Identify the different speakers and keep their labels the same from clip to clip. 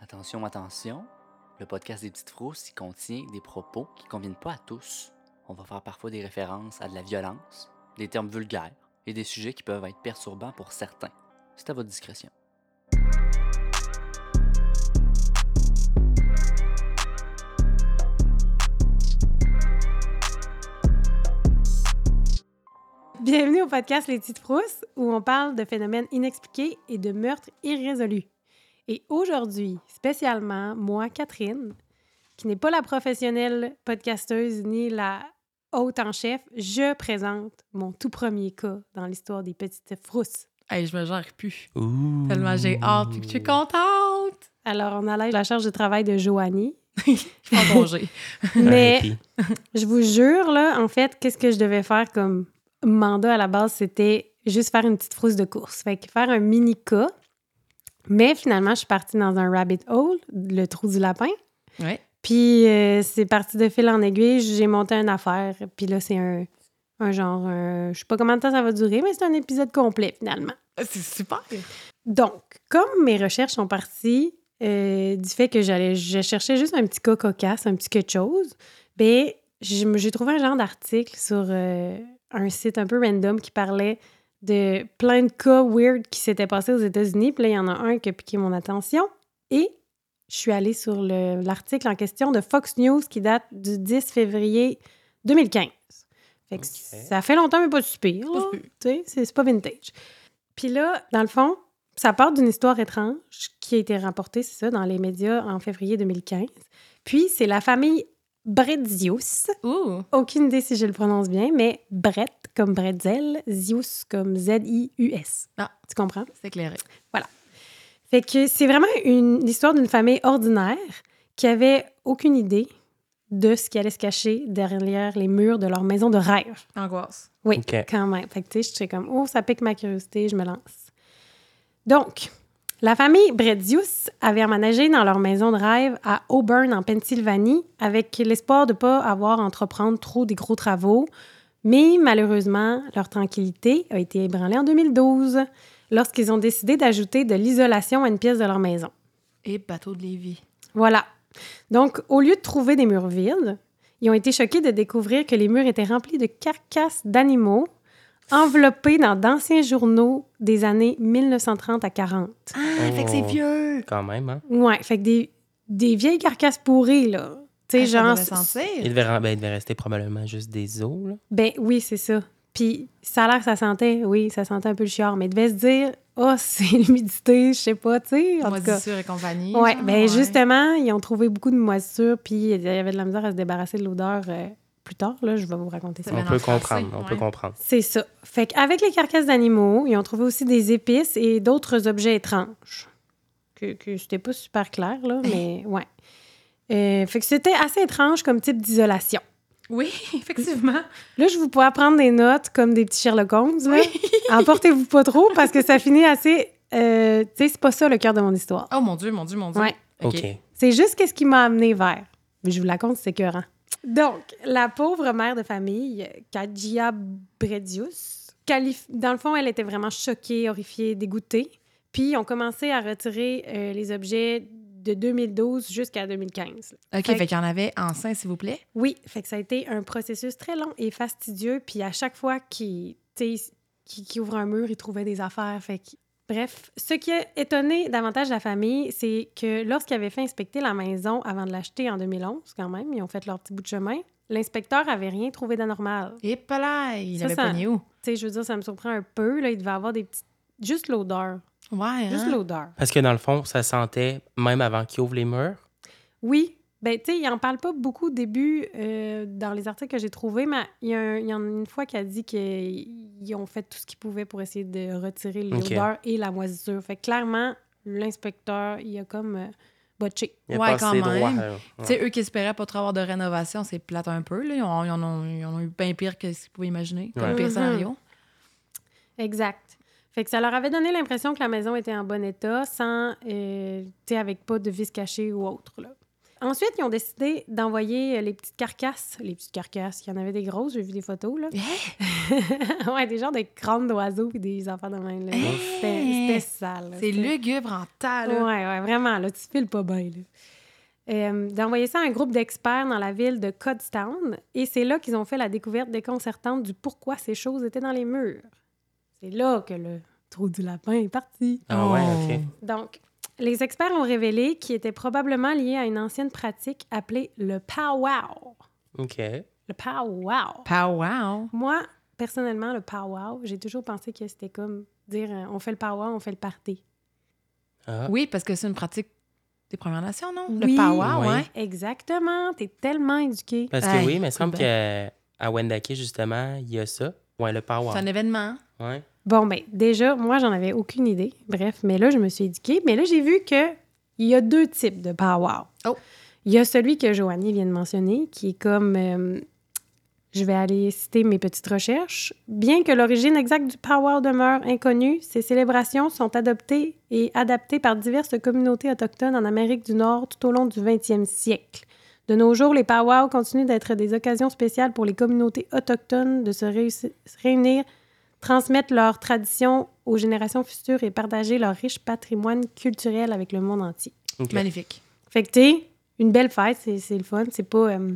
Speaker 1: Attention, attention, le podcast des petites frousses y contient des propos qui conviennent pas à tous. On va faire parfois des références à de la violence, des termes vulgaires et des sujets qui peuvent être perturbants pour certains. C'est à votre discrétion.
Speaker 2: Bienvenue au podcast Les Petites Frousses, où on parle de phénomènes inexpliqués et de meurtres irrésolus. Et aujourd'hui, spécialement, moi, Catherine, qui n'est pas la professionnelle podcasteuse ni la hôte en chef, je présente mon tout premier cas dans l'histoire des Petites Frousses.
Speaker 3: Hey, je me gère plus. Tellement j'ai hâte puis que je suis contente.
Speaker 2: Alors, on allège la charge de travail de Joanie,
Speaker 3: Je suis en congé.
Speaker 2: mais je vous jure, là, en fait, qu'est-ce que je devais faire comme mandat à la base, c'était juste faire une petite frousse de course. Fait que faire un mini cas. Mais finalement, je suis partie dans un rabbit hole, le trou du lapin.
Speaker 3: Ouais.
Speaker 2: Puis euh, c'est parti de fil en aiguille, j'ai monté une affaire. Puis là, c'est un, un genre, un- je sais pas combien de temps ça va durer, mais c'est un épisode complet finalement.
Speaker 3: Ah, C'est super.
Speaker 2: Donc, comme mes recherches sont parties euh, du fait que j'allais, je cherchais juste un petit cas cocasse, un petit quelque chose, ben je me- j'ai trouvé un genre d'article sur euh, un site un peu random qui parlait de plein de cas weird qui s'étaient passés aux États-Unis. Puis là, il y en a un qui a piqué mon attention. Et je suis allée sur le- l'article en question de Fox News qui date du 10 février 2015. Fait que ça fait longtemps, mais pas si pire. là.
Speaker 3: si pire.
Speaker 2: Tu sais, C'est c'est pas vintage. Puis là, dans le fond, ça part d'une histoire étrange qui a été remportée, c'est ça, dans les médias en février 2015. Puis c'est la famille Bredzius
Speaker 3: Ouh.
Speaker 2: aucune idée si je le prononce bien, mais Brett comme Bretzel, Zius comme Z-I-U-S.
Speaker 3: Ah.
Speaker 2: Tu comprends?
Speaker 3: C'est éclairé.
Speaker 2: Fait que c'est vraiment une l'histoire d'une famille ordinaire qui avait aucune idée de ce qui allait se cacher derrière les murs de leur maison de rêve.
Speaker 3: Angoisse.
Speaker 2: Oui,
Speaker 4: OK.
Speaker 2: quand même. Fait que tu sais, je suis comme, oh, ça pique ma curiosité, je me lance. Donc, la famille Bredius avait emménagé dans leur maison de rêve à Auburn, en Pennsylvanie, avec l'espoir de ne pas avoir à entreprendre trop des gros travaux. Mais malheureusement, leur tranquillité a été ébranlée en 2012 lorsqu'ils ont décidé d'ajouter de l'isolation à une pièce de leur maison.
Speaker 3: Et bateau de Lévis.
Speaker 2: Voilà. Donc, au lieu de trouver des murs vides, ils ont été choqués de découvrir que les murs étaient remplis de carcasses d'animaux enveloppés dans d'anciens journaux des années 1930 à 40.
Speaker 3: Ah, fait que c'est
Speaker 4: Oh.
Speaker 3: vieux.
Speaker 4: Quand même, hein?
Speaker 2: Ouais, fait que des, des vieilles carcasses pourries, là. Tu sais,
Speaker 3: Ah, ça
Speaker 2: genre.
Speaker 3: devait sentir.
Speaker 4: Il devait, ren- ben, il devait rester probablement juste des os, là.
Speaker 2: Ben oui, c'est ça. Puis ça a l'air que ça sentait, oui, ça sentait un peu le chiard, mais il devait se dire, oh, c'est l'humidité, je sais pas, tu sais, en tout cas. ben,
Speaker 3: Moisissure et compagnie.
Speaker 2: Oui,
Speaker 3: genre,
Speaker 2: bien justement, ils ont trouvé beaucoup de moisissures, puis il y avait de la misère à se débarrasser de l'odeur euh, plus tard. Là, je vais vous raconter ça.
Speaker 3: Ça va.
Speaker 4: On
Speaker 3: bien
Speaker 4: peut
Speaker 3: enfoncé,
Speaker 4: comprendre, on
Speaker 3: ouais.
Speaker 4: peut comprendre.
Speaker 2: C'est ça. Fait qu'avec les carcasses d'animaux, ils ont trouvé aussi des épices et d'autres objets étranges. Que, que c'était pas super clair, là, mais ouais. Euh, fait que c'était assez étrange comme type d'isolation.
Speaker 3: Oui, effectivement.
Speaker 2: Là, je vous pourrais prendre des notes comme des petits Sherlock Holmes. là. Emportez-vous pas trop parce que ça finit assez. euh, tu sais, c'est pas ça le cœur de mon histoire.
Speaker 3: Oh mon Dieu, mon Dieu, mon Dieu.
Speaker 2: Ouais.
Speaker 4: OK.
Speaker 2: C'est juste qu'est-ce qui m'a amené vers. Mais je vous la compte, c'est écœurant. Donc, la pauvre mère de famille, Kajia Bredius, qualif- dans le fond, elle était vraiment choquée, horrifiée, dégoûtée. Puis, on commençait à retirer euh, les objets de 2012 jusqu'à 2015.
Speaker 3: OK,
Speaker 2: Fait
Speaker 3: fait, qu'il y en avait en sein, s'il vous plaît.
Speaker 2: Oui, fait que ça a été un processus très long et fastidieux. Puis à chaque fois qu'il tu sais, qu'il- qu'il ouvre un mur, il trouvait des affaires. Fait que- Bref, ce qui a étonné davantage la famille, c'est que lorsqu'ils avaient fait inspecter la maison avant de l'acheter en 2011, quand même, ils ont fait leur petit bout de chemin, l'inspecteur avait rien trouvé d'anormal.
Speaker 3: Et pas là, il
Speaker 2: Ça,
Speaker 3: avait
Speaker 2: ça-
Speaker 3: pogné où?
Speaker 2: Tu sais, je veux dire, ça me surprend un peu. Là, il devait avoir des petites... Juste l'odeur.
Speaker 3: Ouais,
Speaker 2: Juste
Speaker 3: hein?
Speaker 2: l'odeur.
Speaker 4: Parce que dans le fond, ça sentait, même avant qu'il ouvre les murs,
Speaker 2: Oui. Ben, tu sais, il en parle pas beaucoup au début euh, dans les articles que j'ai trouvés, mais il y, a un- il y en a une fois qui a dit qu'ils ont fait tout ce qu'ils pouvaient pour essayer de retirer
Speaker 4: Ok.
Speaker 2: l'odeur et la moisissure. Fait que clairement, l'inspecteur, il a comme euh, botché.
Speaker 4: il a
Speaker 3: Ouais,
Speaker 4: passé
Speaker 3: quand même.
Speaker 4: droit. euh,
Speaker 3: Tu
Speaker 4: ouais.
Speaker 3: sais, eux qui espéraient pas trop avoir de rénovation, c'est plate un peu. Là. Ils, ont, ils en ont, ils en ont eu bien pire que ce qu'ils pouvaient imaginer. Comme
Speaker 4: Ouais.
Speaker 3: pire
Speaker 2: Mhm.
Speaker 3: scénario.
Speaker 2: Exact. Fait que ça leur avait donné l'impression que la maison était en bon état, sans, euh, tu sais, avec pas de vis cachée ou autre. Là. Ensuite, ils ont décidé d'envoyer euh, les petites carcasses. Les petites carcasses, il y en avait des grosses, j'ai vu des photos, là. ouais, des genres de crânes d'oiseaux puis des enfants de même, là.
Speaker 3: Hey!
Speaker 2: C'était c'était sale. là.
Speaker 3: C'est
Speaker 2: C'était-
Speaker 3: lugubre en tas,
Speaker 2: Ouais,
Speaker 3: là.
Speaker 2: ouais, vraiment, là, tu files pas bien, là. Euh, d'envoyer ça à un groupe d'experts dans la ville de Codstown. Et c'est là qu'ils ont fait la découverte déconcertante du pourquoi ces choses étaient dans les murs. C'est là que le trou du lapin est parti.
Speaker 4: Ah ouais,
Speaker 3: Oh.
Speaker 4: ok.
Speaker 2: Donc, les experts ont révélé qu'il était probablement lié à une ancienne pratique appelée le powwow.
Speaker 3: oh.
Speaker 4: Ok.
Speaker 2: Le powwow.
Speaker 3: Pow-wow.
Speaker 2: Moi, personnellement, le powwow, j'ai toujours pensé que c'était comme dire euh, on fait le powwow, on fait le party.
Speaker 4: Ah.
Speaker 3: Oui, parce que c'est une pratique des Premières Nations, non?
Speaker 2: Oui.
Speaker 3: Le pow-wow,
Speaker 4: Oui.
Speaker 3: ouais.
Speaker 2: Exactement, t'es tellement éduqué.
Speaker 4: Parce que
Speaker 3: Aïe,
Speaker 4: oui, il me
Speaker 3: c'est
Speaker 4: semble
Speaker 3: bien.
Speaker 4: que à Wendake, justement, il y a ça. Ouais, le power.
Speaker 3: C'est un événement.
Speaker 4: Ouais.
Speaker 2: Bon, ben, déjà, moi, j'en avais aucune idée. Bref, mais là, je me suis éduquée. Mais là, j'ai vu que il y a deux types de powwow.
Speaker 3: Oh.
Speaker 2: Il y a celui que Joanie vient de mentionner, qui est comme. euh, je vais aller citer mes petites recherches. Bien que l'origine exacte du powwow demeure inconnue, ces célébrations sont adoptées et adaptées par diverses communautés autochtones en Amérique du Nord tout au long du 20e siècle. De nos jours, les powwows continuent d'être des occasions spéciales pour les communautés autochtones de se réussi- se réunir transmettre leurs traditions aux générations futures et partager leur riche patrimoine culturel avec le monde entier.
Speaker 4: Ok.
Speaker 3: Magnifique.
Speaker 2: Fait que, t'es une belle fête, c'est, c'est le fun. C'est pas. euh,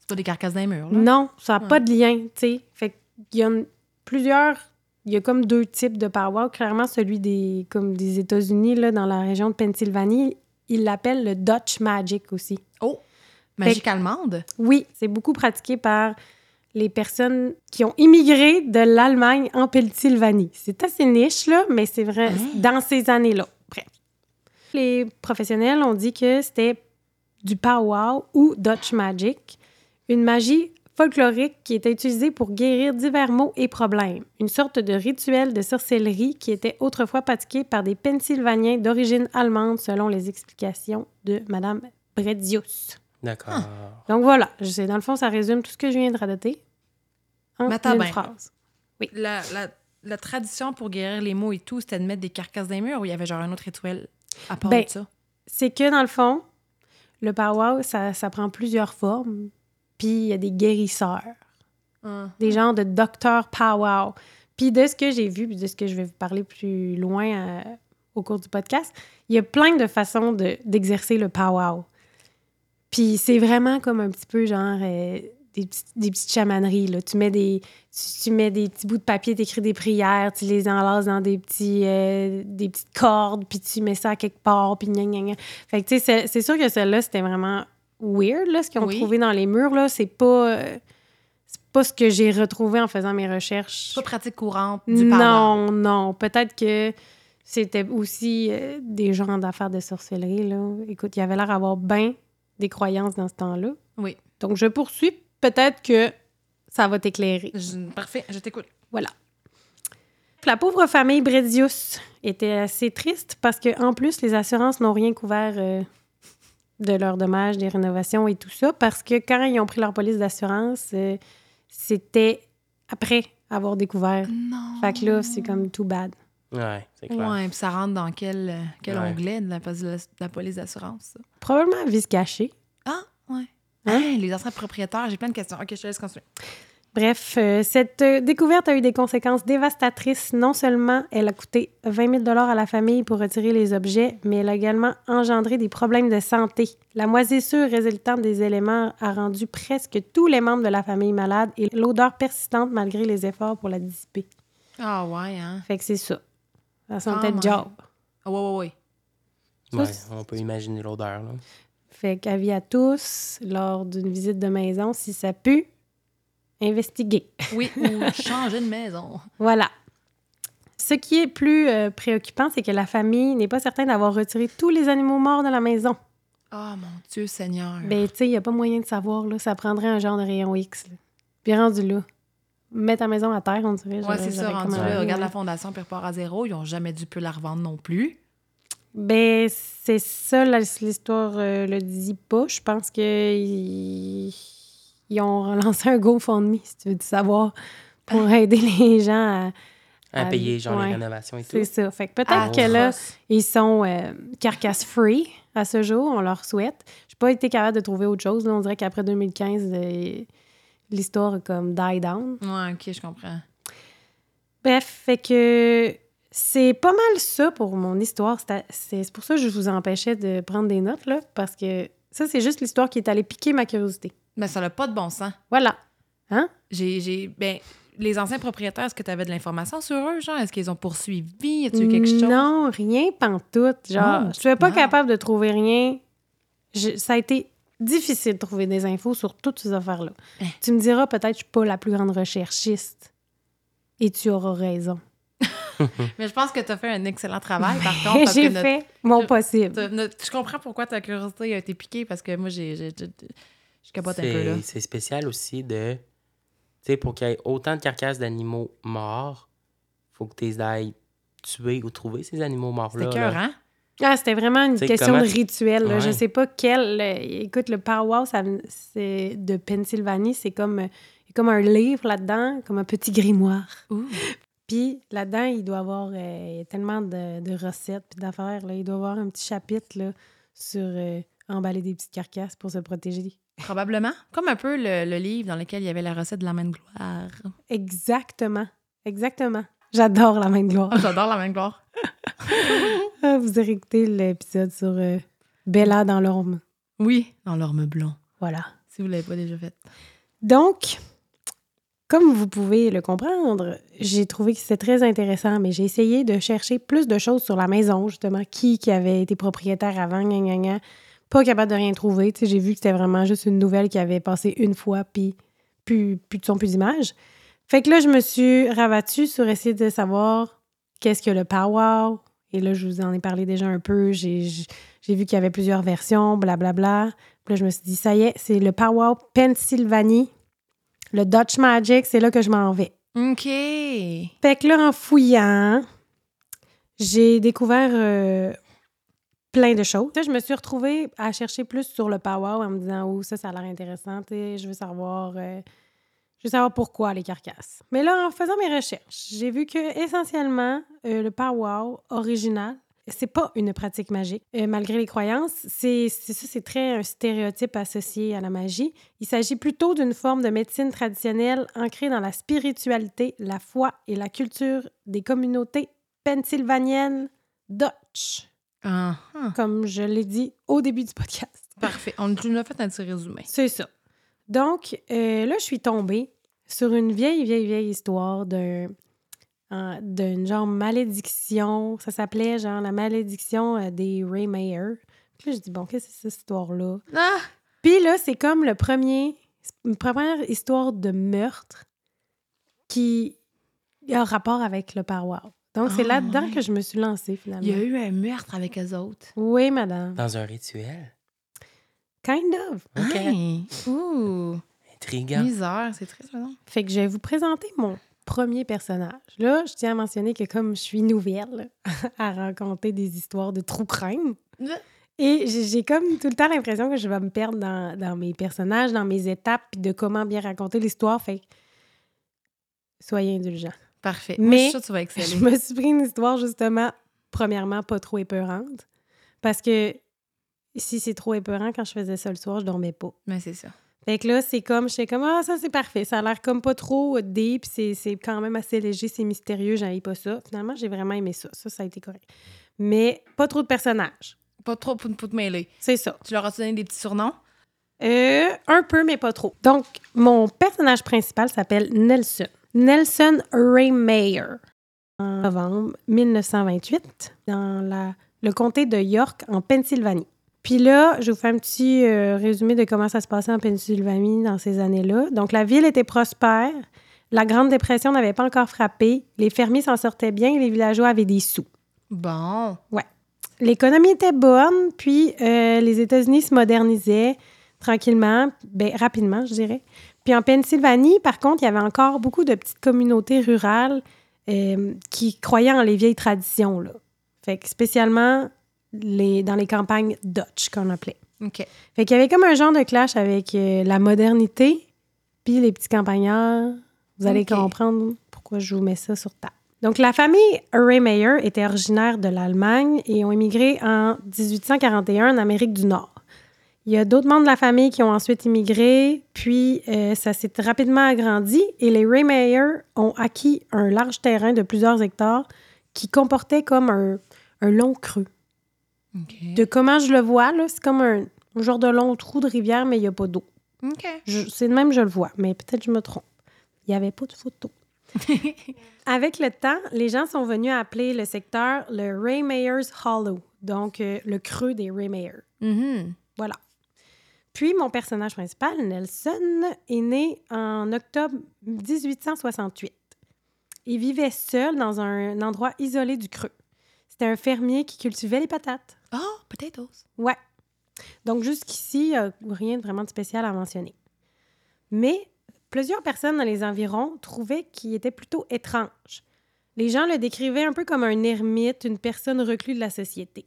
Speaker 3: C'est pas des carcasses d'un mur, là.
Speaker 2: non, ça n'a
Speaker 3: Ouais.
Speaker 2: pas de lien, tu sais. Fait qu'il y a une- plusieurs. Il y a comme deux types de powwow. Clairement, celui des, comme des États-Unis, là, dans la région de Pennsylvanie, ils l'appellent le Dutch Magic aussi.
Speaker 3: Oh! Magique allemande.
Speaker 2: Oui, c'est beaucoup pratiqué par les personnes qui ont immigré de l'Allemagne en Pennsylvanie. C'est assez niche, là, mais c'est vrai,
Speaker 3: Hein?
Speaker 2: dans ces années-là. Bref. Les professionnels ont dit que c'était du powwow ou Dutch Magic, une magie folklorique qui était utilisée pour guérir divers maux et problèmes, une sorte de rituel de sorcellerie qui était autrefois pratiqué par des Pennsylvaniens d'origine allemande, selon les explications de Madame Bredius.
Speaker 4: D'accord.
Speaker 3: Ah.
Speaker 2: Donc voilà, je sais, dans le fond, ça résume tout ce que je viens de radoter en
Speaker 3: Mais attends
Speaker 2: une
Speaker 3: bien.
Speaker 2: phrase.
Speaker 3: La, la, la tradition pour guérir les maux et tout, c'était de mettre des carcasses d'un mur ou il y avait genre un autre rituel à part
Speaker 2: Ben,
Speaker 3: de ça?
Speaker 2: C'est que dans le fond, le powwow, ça, ça prend plusieurs formes. Puis il y a des guérisseurs,
Speaker 3: Hum.
Speaker 2: des genres de docteurs powwow. Puis de ce que j'ai vu, puis de ce que je vais vous parler plus loin euh, au cours du podcast, il y a plein de façons de- d'exercer le powwow. Puis c'est vraiment comme un petit peu genre euh, des, petits- des petites chamaneries. Là. Tu, mets des, tu, tu mets des petits bouts de papier, tu écris des prières, tu les enlaces dans des, petits, euh, des petites cordes, puis tu mets ça à quelque part, puis gna gna gna. Fait que tu sais, c'est- c'est sûr que celle-là, c'était vraiment weird, là, ce qu'ils ont
Speaker 3: Oui.
Speaker 2: trouvé dans les murs. là. C'est pas, euh, c'est pas ce que j'ai retrouvé en faisant mes recherches.
Speaker 3: Pas pratique courante du powwow.
Speaker 2: Non, non. Peut-être que c'était aussi euh, des gens d'affaires de sorcellerie. Là. Écoute, il y avait l'air d'avoir bien des croyances dans ce temps-là.
Speaker 3: Oui.
Speaker 2: Donc, je poursuis. Peut-être que ça va t'éclairer.
Speaker 3: Je- parfait, je t'écoute.
Speaker 2: La pauvre famille Bredius était assez triste parce que en plus, les assurances n'ont rien couvert euh, de leurs dommages, des rénovations et tout ça, parce que quand ils ont pris leur police d'assurance, euh, c'était après avoir découvert.
Speaker 3: Non.
Speaker 2: Fait que là, c'est comme too bad.
Speaker 4: Ouais, c'est clair.
Speaker 3: Ouais, puis ça rentre dans quel, euh, quel
Speaker 4: Ouais.
Speaker 3: onglet de la, de la police d'assurance, ça?
Speaker 2: Probablement vice caché.
Speaker 3: Ah, ouais.
Speaker 2: Hein?
Speaker 3: Hey, les anciens propriétaires, j'ai plein de questions. Ok, je te laisse continuer.
Speaker 2: Bref, euh, cette euh, découverte a eu des conséquences dévastatrices. Non seulement elle a coûté 20 000 à la famille pour retirer les objets, mais elle a également engendré des problèmes de santé. La moisissure résultante des éléments a rendu presque tous les membres de la famille malades et l'odeur persistante malgré les efforts pour la dissiper.
Speaker 3: Ah, ouais, hein?
Speaker 2: Fait que c'est ça. Ça
Speaker 3: Quand
Speaker 2: sentait le
Speaker 3: même.
Speaker 2: job.
Speaker 3: Ah, ouais, ouais, ouais.
Speaker 2: Ça,
Speaker 4: Ouais,
Speaker 2: c'est-
Speaker 4: on peut imaginer l'odeur. là.
Speaker 2: Fait qu'avis à tous, lors d'une visite de maison, si ça pue, investiguer.
Speaker 3: Oui, ou changer de maison.
Speaker 2: Voilà. Ce qui est plus euh, préoccupant, c'est que la famille n'est pas certaine d'avoir retiré tous les animaux morts de la maison.
Speaker 3: Ah, mon Dieu Seigneur.
Speaker 2: Ben, tu sais, il n'y a pas moyen de savoir, là. Ça prendrait un genre de rayon X, là. Puis rendu là. Mets ta maison à terre, on dirait.
Speaker 3: ouais,
Speaker 2: j'aurais-
Speaker 3: c'est ça,
Speaker 2: j'aurais
Speaker 3: rendu
Speaker 2: commandé,
Speaker 3: là. Regarde
Speaker 2: ouais.
Speaker 3: la fondation, puis repart à zéro. Ils ont jamais dû plus la revendre non plus.
Speaker 2: Ben, c'est ça, la- l'histoire euh, le dit pas. Je pense que ils... ils ont relancé un GoFundMe, si tu veux te savoir, pour
Speaker 3: Ah.
Speaker 2: aider les gens à... Ah,
Speaker 4: À payer, genre,
Speaker 2: ouais.
Speaker 4: les rénovations et tout.
Speaker 2: C'est ça. Fait que peut-être
Speaker 3: Ah,
Speaker 2: que là, ils sont euh, carcasse-free. à ce jour, on leur souhaite. J'ai pas été capable de trouver autre chose. Là, on dirait qu'après 2015, euh, l'histoire a comme die down.
Speaker 3: Ouais, ok, je comprends.
Speaker 2: Bref, fait que c'est pas mal ça pour mon histoire. C'est à- C'est c'est pour ça que je vous empêchais de prendre des notes, là, parce que ça, c'est juste l'histoire qui est allée piquer ma curiosité.
Speaker 3: Mais ça n'a pas de bon sens.
Speaker 2: Voilà.
Speaker 3: J'ai, j'ai, ben, les anciens propriétaires, est-ce que tu avais de l'information sur eux, genre? Est-ce qu'ils ont poursuivi? As-tu eu quelque chose?
Speaker 2: Non, rien pantoute. Genre,
Speaker 3: Ah,
Speaker 2: je suis pas
Speaker 3: wow.
Speaker 2: capable de trouver rien. Je- ça a été difficile de trouver des infos sur toutes ces affaires-là.
Speaker 3: Hein.
Speaker 2: Tu me diras peut-être que je suis pas la plus grande recherchiste. Et tu auras raison.
Speaker 3: Mais je pense que tu as fait un excellent travail, par contre. parce que
Speaker 2: Ben, J'ai
Speaker 3: notre-
Speaker 2: fait mon
Speaker 3: je-
Speaker 2: possible.
Speaker 3: t'as- notre- je comprends pourquoi ta curiosité a été piquée, parce que moi, j'ai, j'ai- j'ai- je capote un peu, là.
Speaker 4: C'est c'est spécial aussi de. Tu sais, pour qu'il y ait autant de carcasses d'animaux morts, faut que tu les ailles tuer ou trouver ces animaux morts-là.
Speaker 3: C'était
Speaker 4: là.
Speaker 3: cœur, hein?
Speaker 2: Ah, c'était vraiment une
Speaker 4: T'sais,
Speaker 2: question
Speaker 4: comment
Speaker 2: de
Speaker 4: tu-
Speaker 2: rituel. là. Je
Speaker 4: Ouais.
Speaker 2: sais pas quel. euh, écoute, le Powerhouse ça me- c'est de Pennsylvanie, c'est comme, euh, il y a comme un livre là-dedans, comme un petit grimoire.
Speaker 3: Ouh.
Speaker 2: Puis là-dedans, il doit y avoir euh, tellement de, de recettes puis d'affaires. là. Il doit y avoir un petit chapitre là, sur euh, emballer des petites carcasses pour se protéger.
Speaker 3: Probablement. Comme un peu le, le livre dans lequel il y avait la recette de la main de gloire.
Speaker 2: Exactement. Exactement. J'adore la main de gloire.
Speaker 3: J'adore la main de gloire.
Speaker 2: Ah, Vous aurez écouté l'épisode sur euh, Bella dans l'orme.
Speaker 3: Oui, dans l'orme blanc,
Speaker 2: Voilà.
Speaker 3: si vous l'avez pas déjà faite.
Speaker 2: Donc, comme vous pouvez le comprendre, j'ai trouvé que c'était très intéressant, mais j'ai essayé de chercher plus de choses sur la maison, justement, qui, qui avait été propriétaire avant, gna, gna, gna. Pas capable de rien trouver. Tu sais, j'ai vu que c'était vraiment juste une nouvelle qui avait passé une fois, puis plus, plus de son, plus d'image. Fait que là, je me suis rabattue sur essayer de savoir qu'est-ce que le powwow. Et là, je vous en ai parlé déjà un peu. J'ai j'ai vu qu'il y avait plusieurs versions, blablabla. Puis là, je me suis dit, ça y est, c'est le powwow Pennsylvanie. Le Dutch Magic, c'est là que je m'en vais.
Speaker 3: OK.
Speaker 2: Fait que là, en fouillant, j'ai découvert euh, plein de choses. Là, je me suis retrouvée à chercher plus sur le powwow en me disant Oh, ça, ça a l'air intéressant. tu sais, Je veux savoir. euh, je veux savoir pourquoi les carcasses. Mais là, en faisant mes recherches, j'ai vu que essentiellement, euh, le powwow original, c'est pas une pratique magique. Euh, malgré les croyances, c'est c'est ça, c'est très un stéréotype associé à la magie. Il s'agit plutôt d'une forme de médecine traditionnelle ancrée dans la spiritualité, la foi et la culture des communautés pennsylvaniennes Dutch,
Speaker 3: Ah, ah.
Speaker 2: comme je l'ai dit au début du podcast.
Speaker 3: Parfait. On nous a fait un petit résumé.
Speaker 2: C'est ça. Donc, euh, là, je suis tombée sur une vieille, vieille, vieille histoire d'un un- d'une genre malédiction. Ça s'appelait genre la malédiction euh, des Ray Mayer. Puis là, je dis, bon, qu'est-ce que c'est cette histoire-là?
Speaker 3: Ah!
Speaker 2: Puis là, c'est comme le premier, une première histoire de meurtre qui a un rapport avec le parois. Donc, c'est
Speaker 3: Ah,
Speaker 2: là-dedans
Speaker 3: ouais.
Speaker 2: que je me suis lancée,
Speaker 3: Il y a
Speaker 2: finalement.
Speaker 3: eu un meurtre avec eux autres.
Speaker 2: Oui, madame.
Speaker 4: Dans un rituel.
Speaker 2: Kind of.
Speaker 4: OK.
Speaker 3: Hein? Ouh.
Speaker 4: Intriguant.
Speaker 3: Misère, c'est très étonnant.
Speaker 2: Fait que je vais vous présenter mon premier personnage. Là, je tiens à mentionner que comme je suis nouvelle à raconter des histoires de trou crime,
Speaker 3: Ouais.
Speaker 2: et j'ai j'ai comme tout le temps l'impression que je vais me perdre dans, dans mes personnages, dans mes étapes, puis de comment bien raconter l'histoire. Fait que soyez indulgents.
Speaker 3: Parfait.
Speaker 2: Mais-
Speaker 3: Moi, je suis sûre que tu vas
Speaker 2: Je
Speaker 3: exceller.
Speaker 2: me suis pris une histoire, justement, premièrement, pas trop épeurante. Parce que si c'est trop épeurant, quand je faisais ça le soir, je dormais pas.
Speaker 3: Mais c'est ça.
Speaker 2: Fait que là, c'est comme, je sais comme, ah, ça c'est parfait. Ça a l'air comme pas trop euh, deep, c'est c'est quand même assez léger, c'est mystérieux, j'avais pas ça. Finalement, j'ai vraiment aimé ça. Ça, ça a été correct. Mais pas trop de personnages.
Speaker 3: Pas trop pour, pour te mêler.
Speaker 2: C'est ça.
Speaker 3: Tu leur as donné des petits surnoms?
Speaker 2: Euh, un peu, mais pas trop. Donc, mon personnage principal s'appelle Nelson. Nelson Ray Mayer. En novembre 1928, dans la- le comté de York, en Pennsylvanie. Puis là, je vous fais un petit euh, résumé de comment ça se passait en Pennsylvanie dans ces années-là. Donc, la ville était prospère. La Grande Dépression n'avait pas encore frappé. Les fermiers s'en sortaient bien et les villageois avaient des sous.
Speaker 3: Bon.
Speaker 2: L'économie était bonne, puis euh, les États-Unis se modernisaient tranquillement, ben, rapidement, je dirais. Puis en Pennsylvanie, par contre, il y avait encore beaucoup de petites communautés rurales euh, qui croyaient en les vieilles traditions. Là. Fait que spécialement les, dans les campagnes Dutch, qu'on appelait.
Speaker 3: OK.
Speaker 2: Fait qu'il y avait comme un genre de clash avec euh, la modernité, puis les petits campagnards. Vous allez
Speaker 3: Ok.
Speaker 2: comprendre pourquoi je vous mets ça sur table. Donc, la famille Ray Mayer était originaire de l'Allemagne et ont immigré en 1841 en Amérique du Nord. Il y a d'autres membres de la famille qui ont ensuite immigré, puis euh, ça s'est rapidement agrandi et les Ray Mayer ont acquis un large terrain de plusieurs hectares qui comportait comme un, un long creux.
Speaker 3: OK.
Speaker 2: De comment je le vois, là, c'est comme un, un genre de long trou de rivière, mais il n'y a pas d'eau.
Speaker 3: OK.
Speaker 2: Je- C'est de même, je le vois, mais peut-être que je me trompe. Il n'y avait pas de photo. Avec le temps, les gens sont venus appeler le secteur le Ray Mayer's Hollow, donc euh, le creux des Ray Mayer.
Speaker 3: Mhm.
Speaker 2: Voilà. Puis mon personnage principal, Nelson, est né en octobre 1868. Il vivait seul dans un endroit isolé du creux. C'était un fermier qui cultivait les patates.
Speaker 3: Oh, potatoes.
Speaker 2: Ouais. Donc jusqu'ici, euh, rien de vraiment de spécial à mentionner. Mais plusieurs personnes dans les environs trouvaient qu'il était plutôt étrange. Les gens le décrivaient un peu comme un ermite, une personne reclue de la société.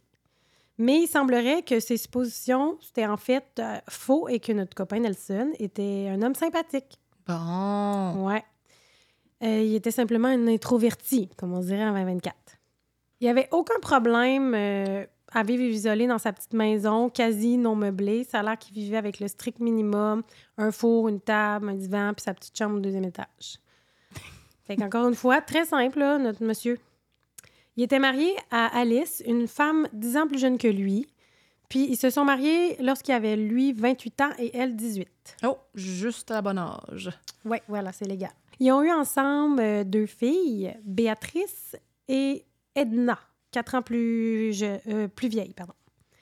Speaker 2: Mais il semblerait que ces suppositions c'était en fait euh, faux et que notre copain Nelson était un homme sympathique.
Speaker 3: Bon.
Speaker 2: Ouais. Euh, il était simplement un introverti, comme on dirait en 2024. Il n'y avait aucun problème euh, à vivre isolé dans sa petite maison, quasi non meublée. Ça a l'air qu'il vivait avec le strict minimum un four, une table, un divan, puis sa petite chambre au deuxième étage. Fait qu'encore une fois, très simple, là, notre monsieur. Il était marié à Alice, une femme dix ans plus jeune que lui. Puis ils se sont mariés lorsqu'il avait, lui, 28 ans et elle, 18.
Speaker 3: Oh, juste à bon âge.
Speaker 2: Oui, voilà, c'est légal. Ils ont eu ensemble euh, deux filles, Béatrice et Edna, quatre ans plus, je- euh, plus vieille. Pardon.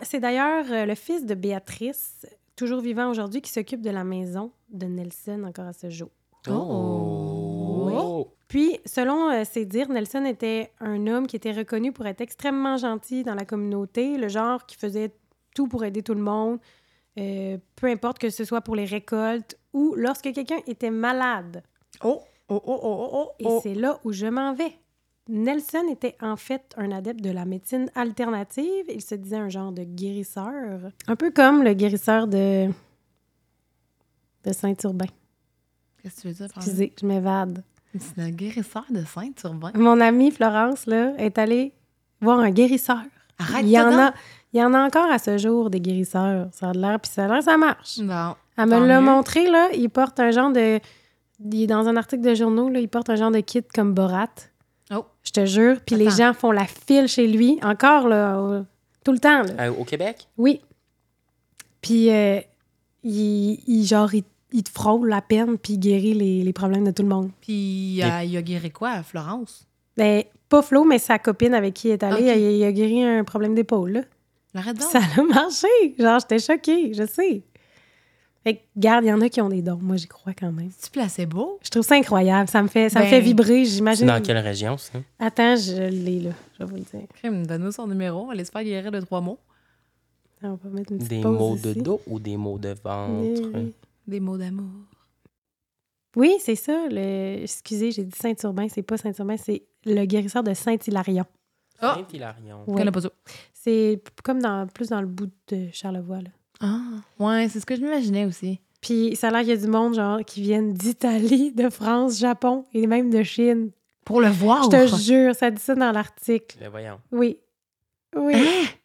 Speaker 2: C'est d'ailleurs euh, le fils de Béatrice, toujours vivant aujourd'hui, qui s'occupe de la maison de Nelson encore à ce jour.
Speaker 3: Oh.
Speaker 4: Oh.
Speaker 2: Puis, selon euh, ses dires, Nelson était un homme qui était reconnu pour être extrêmement gentil dans la communauté, le genre qui faisait tout pour aider tout le monde, euh, peu importe que ce soit pour les récoltes ou lorsque quelqu'un était malade.
Speaker 3: Oh, oh, oh, oh, oh,
Speaker 2: Et
Speaker 3: oh.
Speaker 2: c'est là où je m'en vais. Nelson était en fait un adepte de la médecine alternative. Il se disait un genre de guérisseur. Un peu comme le guérisseur de, de Saint-Urbain.
Speaker 3: Qu'est-ce que tu veux dire, Florence?
Speaker 2: Excusez, je m'évade.
Speaker 3: C'est un guérisseur de Saint-Urbain.
Speaker 2: Mon amie Florence là, est allée voir un guérisseur.
Speaker 3: Arrête
Speaker 2: il y en
Speaker 3: donc.
Speaker 2: a Il y en a encore à ce jour des guérisseurs. Ça a de l'air, puis ça a l'air, ça marche.
Speaker 3: Bon.
Speaker 2: Elle me
Speaker 3: Tant
Speaker 2: l'a
Speaker 3: mieux.
Speaker 2: montré, là. Il porte un genre de. Il est dans un article de journaux, là. Il porte un genre de kit comme Borat.
Speaker 3: Oh.
Speaker 2: Je te jure. Puis les
Speaker 3: Attends.
Speaker 2: gens font la file chez lui, encore, là, au- tout le temps, là.
Speaker 4: Euh, au Québec?
Speaker 2: Oui. Puis, euh, il, il- genre, il, il te frôle la peine, puis il guérit les, les problèmes de tout le monde.
Speaker 3: Puis euh, il a guéri quoi à Florence?
Speaker 2: Ben, pas Flo, mais sa copine avec qui il est allé,
Speaker 3: Ok.
Speaker 2: il, il a guéri un problème d'épaule, là.
Speaker 3: Arrête
Speaker 2: Puis
Speaker 3: donc.
Speaker 2: ça a marché. Genre, j'étais choquée, je sais. Fait que, garde, il y en a qui ont des dons. Moi, j'y crois quand même.
Speaker 3: C'est-tu placebo?
Speaker 2: Je trouve ça incroyable. Ça me fait, ça me
Speaker 3: Ben,
Speaker 2: fait vibrer,
Speaker 4: C'est
Speaker 2: j'imagine.
Speaker 4: dans quelle région, ça?
Speaker 2: Attends, je l'ai là. Je vais vous le dire.
Speaker 3: Crime, donne-nous son numéro. On va se faire guérir de trois mots.
Speaker 2: On va mettre une petite
Speaker 4: Des
Speaker 2: pause
Speaker 4: maux de
Speaker 2: ici.
Speaker 4: dos ou des maux de ventre?
Speaker 2: Oui,
Speaker 3: Des mots d'amour.
Speaker 2: Oui, c'est ça. Le... Excusez, j'ai dit Saint-Urbain. C'est pas Saint-Urbain, c'est le guérisseur de Saint-Hilarion.
Speaker 3: Ah!
Speaker 4: Saint-Hilarion.
Speaker 3: Je
Speaker 2: Ouais.
Speaker 3: connais pas ça.
Speaker 2: C'est comme dans, plus dans le bout de Charlevoix. Là.
Speaker 3: Ah, ouais, c'est ce que je m'imaginais aussi.
Speaker 2: Puis ça a l'air qu'il y a du monde genre, qui viennent d'Italie, de France, Japon et même de Chine.
Speaker 3: Pour le
Speaker 2: Je
Speaker 3: voir,
Speaker 2: te jure, ça dit ça dans l'article.
Speaker 4: Ben voyons.
Speaker 2: Oui. Oui.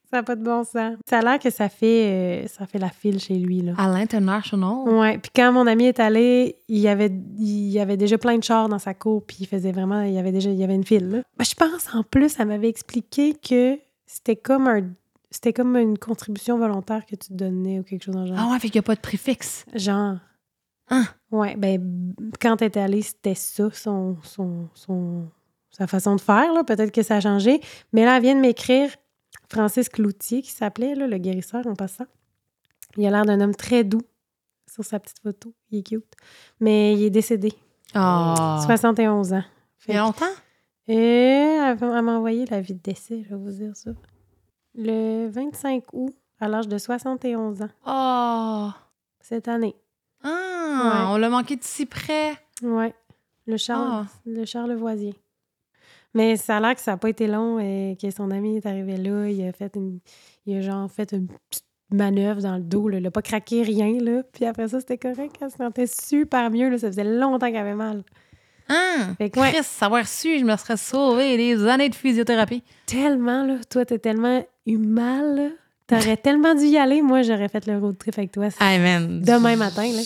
Speaker 2: ça n'a pas de bon sens. Ça a l'air que ça fait, euh, ça fait la file chez lui, là.
Speaker 3: à l'international.
Speaker 2: Ouais. Puis quand mon ami est allé, il y avait, il y avait déjà plein de chars dans sa cour, puis il faisait vraiment, il y avait déjà, il y avait une file. là. Ben, je pense en plus, elle m'avait expliqué que c'était comme un, c'était comme une contribution volontaire que tu donnais ou quelque chose dans le genre.
Speaker 3: Ah ouais, fait qu'il n'y a pas de préfixe.
Speaker 2: Genre.
Speaker 3: Hein?
Speaker 2: Ouais, ben, quand elle était allée, c'était ça, son, son, son- sa façon de faire. là. Peut-être que ça a changé. Mais là, elle vient de m'écrire Francis Cloutier, qui s'appelait, là, le guérisseur en passant. Il a l'air d'un homme très doux sur sa petite photo. Il est cute. Mais il est décédé,
Speaker 3: Ah.
Speaker 2: 71 ans. Fait
Speaker 3: Il y a longtemps?
Speaker 2: et elle va- elle m'a envoyé la vie de décès, je vais vous dire ça. Le 25 août, à l'âge de 71 ans,
Speaker 3: Ah.
Speaker 2: cette année.
Speaker 3: Ah, on l'a manqué de si près.
Speaker 2: Ouais. Le Charles,
Speaker 3: Ah.
Speaker 2: le Charlevoisier. Mais ça a l'air que ça n'a pas été long et que son ami est arrivé là. Il a fait une. Il a genre fait une petite manœuvre dans le dos. Là. Il n'a pas craqué rien, là. Puis après ça, c'était correct. Elle se sentait super mieux. Là. Ça faisait longtemps qu'elle avait mal.
Speaker 3: Hein?
Speaker 2: Fait que, ouais.
Speaker 3: Chris, savoir su, je me serais sauvé des années de physiothérapie.
Speaker 2: Tellement, là. Toi, t'es tellement eu mal, là. T'aurais tellement dû y aller. Moi, j'aurais fait le road trip avec toi.
Speaker 3: Amen.
Speaker 2: Demain matin, là.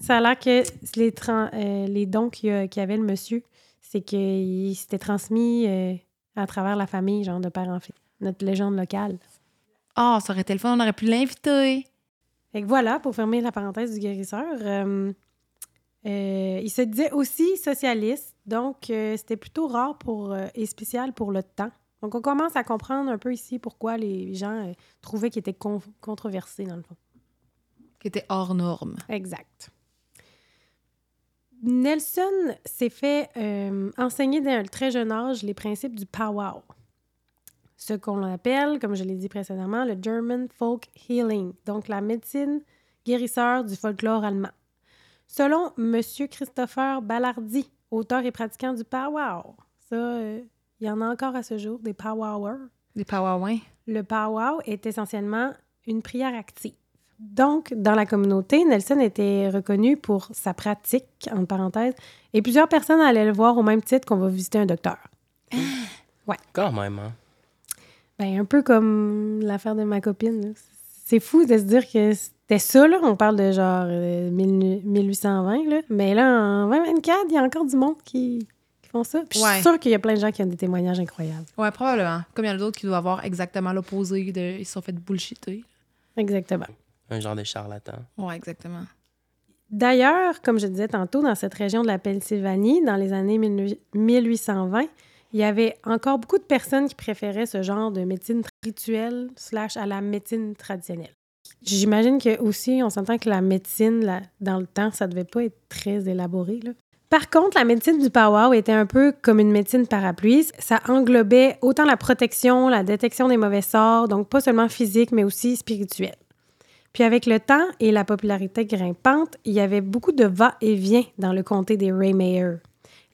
Speaker 2: Ça a l'air que les, tran- euh, les dons qu'il y a- qu'il y avait le monsieur, c'est qu'il s'était transmis euh, à travers la famille, genre de père en fils. Notre légende locale.
Speaker 3: Ah, ça aurait été le fun, on aurait pu l'inviter.
Speaker 2: Fait que voilà, pour fermer la parenthèse du guérisseur. euh, euh, il se disait aussi socialiste, donc euh, c'était plutôt rare pour, euh, et spécial pour le temps. Donc on commence à comprendre un peu ici pourquoi les gens euh, trouvaient qu'il était con- controversé, dans le fond.
Speaker 3: Qui était hors norme.
Speaker 2: Exact. Nelson s'est fait euh, enseigner dès un très jeune âge les principes du powwow, ce qu'on appelle, comme je l'ai dit précédemment, le German Folk Healing, donc la médecine guérisseur du folklore allemand. Selon M. Christopher Ballardi, auteur et pratiquant du powwow, ça, euh, il y en a encore à ce jour des powwowers,
Speaker 3: Des powawins.
Speaker 2: le powwow est essentiellement une prière active. Donc, dans la communauté, Nelson était reconnu pour sa pratique, en parenthèse, et plusieurs personnes allaient le voir au même titre qu'on va visiter un docteur.
Speaker 4: Quand même, hein?
Speaker 2: Ben, un peu comme l'affaire de ma copine. là. C'est fou de se dire que c'était ça, là. On parle de genre euh, 1000 1820, là. Mais là, en 2024, il y a encore du monde qui, qui font ça. Puis je
Speaker 3: Ouais.
Speaker 2: suis sûre qu'il y a plein de gens qui ont des témoignages incroyables.
Speaker 3: Ouais, probablement. Comme il y en a d'autres qui doivent avoir exactement l'opposé de. Ils se sont fait bullshiter.
Speaker 2: Exactement.
Speaker 4: Un genre de charlatan.
Speaker 3: Ouais, exactement.
Speaker 2: D'ailleurs, comme je disais tantôt, dans cette région de la Pennsylvanie, dans les années 18- 1820, il y avait encore beaucoup de personnes qui préféraient ce genre de médecine rituelle slash à la médecine traditionnelle. J'imagine que aussi, on s'entend que la médecine, là, dans le temps, ça devait pas être très élaboré. là. Par contre, la médecine du powwow était un peu comme une médecine parapluie. Ça englobait autant la protection, la détection des mauvais sorts, donc pas seulement physique, mais aussi spirituelle. Puis avec le temps et la popularité grimpante, il y avait beaucoup de va-et-vient dans le comté des Ray Mayer.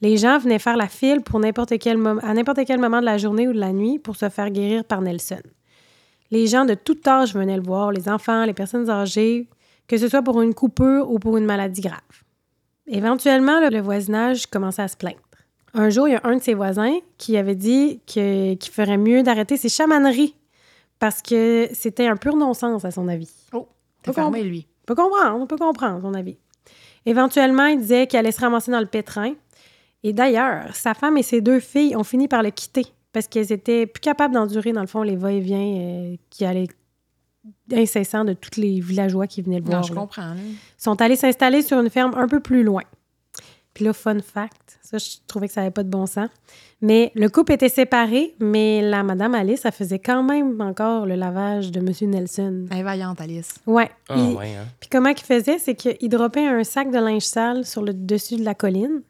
Speaker 2: Les gens venaient faire la file pour n'importe quel mom- à n'importe quel moment de la journée ou de la nuit pour se faire guérir par Nelson. Les gens de tout âge venaient le voir, les enfants, les personnes âgées, que ce soit pour une coupure ou pour une maladie grave. Éventuellement, là, le voisinage commençait à se plaindre. Un jour, il y a un de ses voisins qui avait dit que- qu'il ferait mieux d'arrêter ses chamaneries parce que c'était un pur non-sens à son avis.
Speaker 3: T'es
Speaker 2: Ok.
Speaker 3: fermé, lui.
Speaker 2: On peut comprendre, on peut comprendre son avis. Éventuellement, il disait qu'il allait se ramasser dans le pétrin. Et d'ailleurs, sa femme et ses deux filles ont fini par le quitter parce qu'elles étaient plus capables d'endurer, dans le fond, les va-et-vient euh, qui allaient incessants de tous les villageois qui venaient le
Speaker 3: Non,
Speaker 2: voir.
Speaker 3: je
Speaker 2: là.
Speaker 3: comprends. là.
Speaker 2: Sont allés s'installer sur une ferme un peu plus loin. Puis là, fun fact, ça, je trouvais que ça n'avait pas de bon sens. Mais le couple était séparé, mais la Madame Alice, elle faisait quand même encore le lavage de Monsieur Nelson.
Speaker 3: Elle est vaillante, Alice.
Speaker 2: Ouais.
Speaker 4: Ah,
Speaker 2: il-
Speaker 4: ouais, hein?
Speaker 2: puis comment qu'il faisait, c'est qu'il dropait un sac de linge sale sur le dessus de la colline.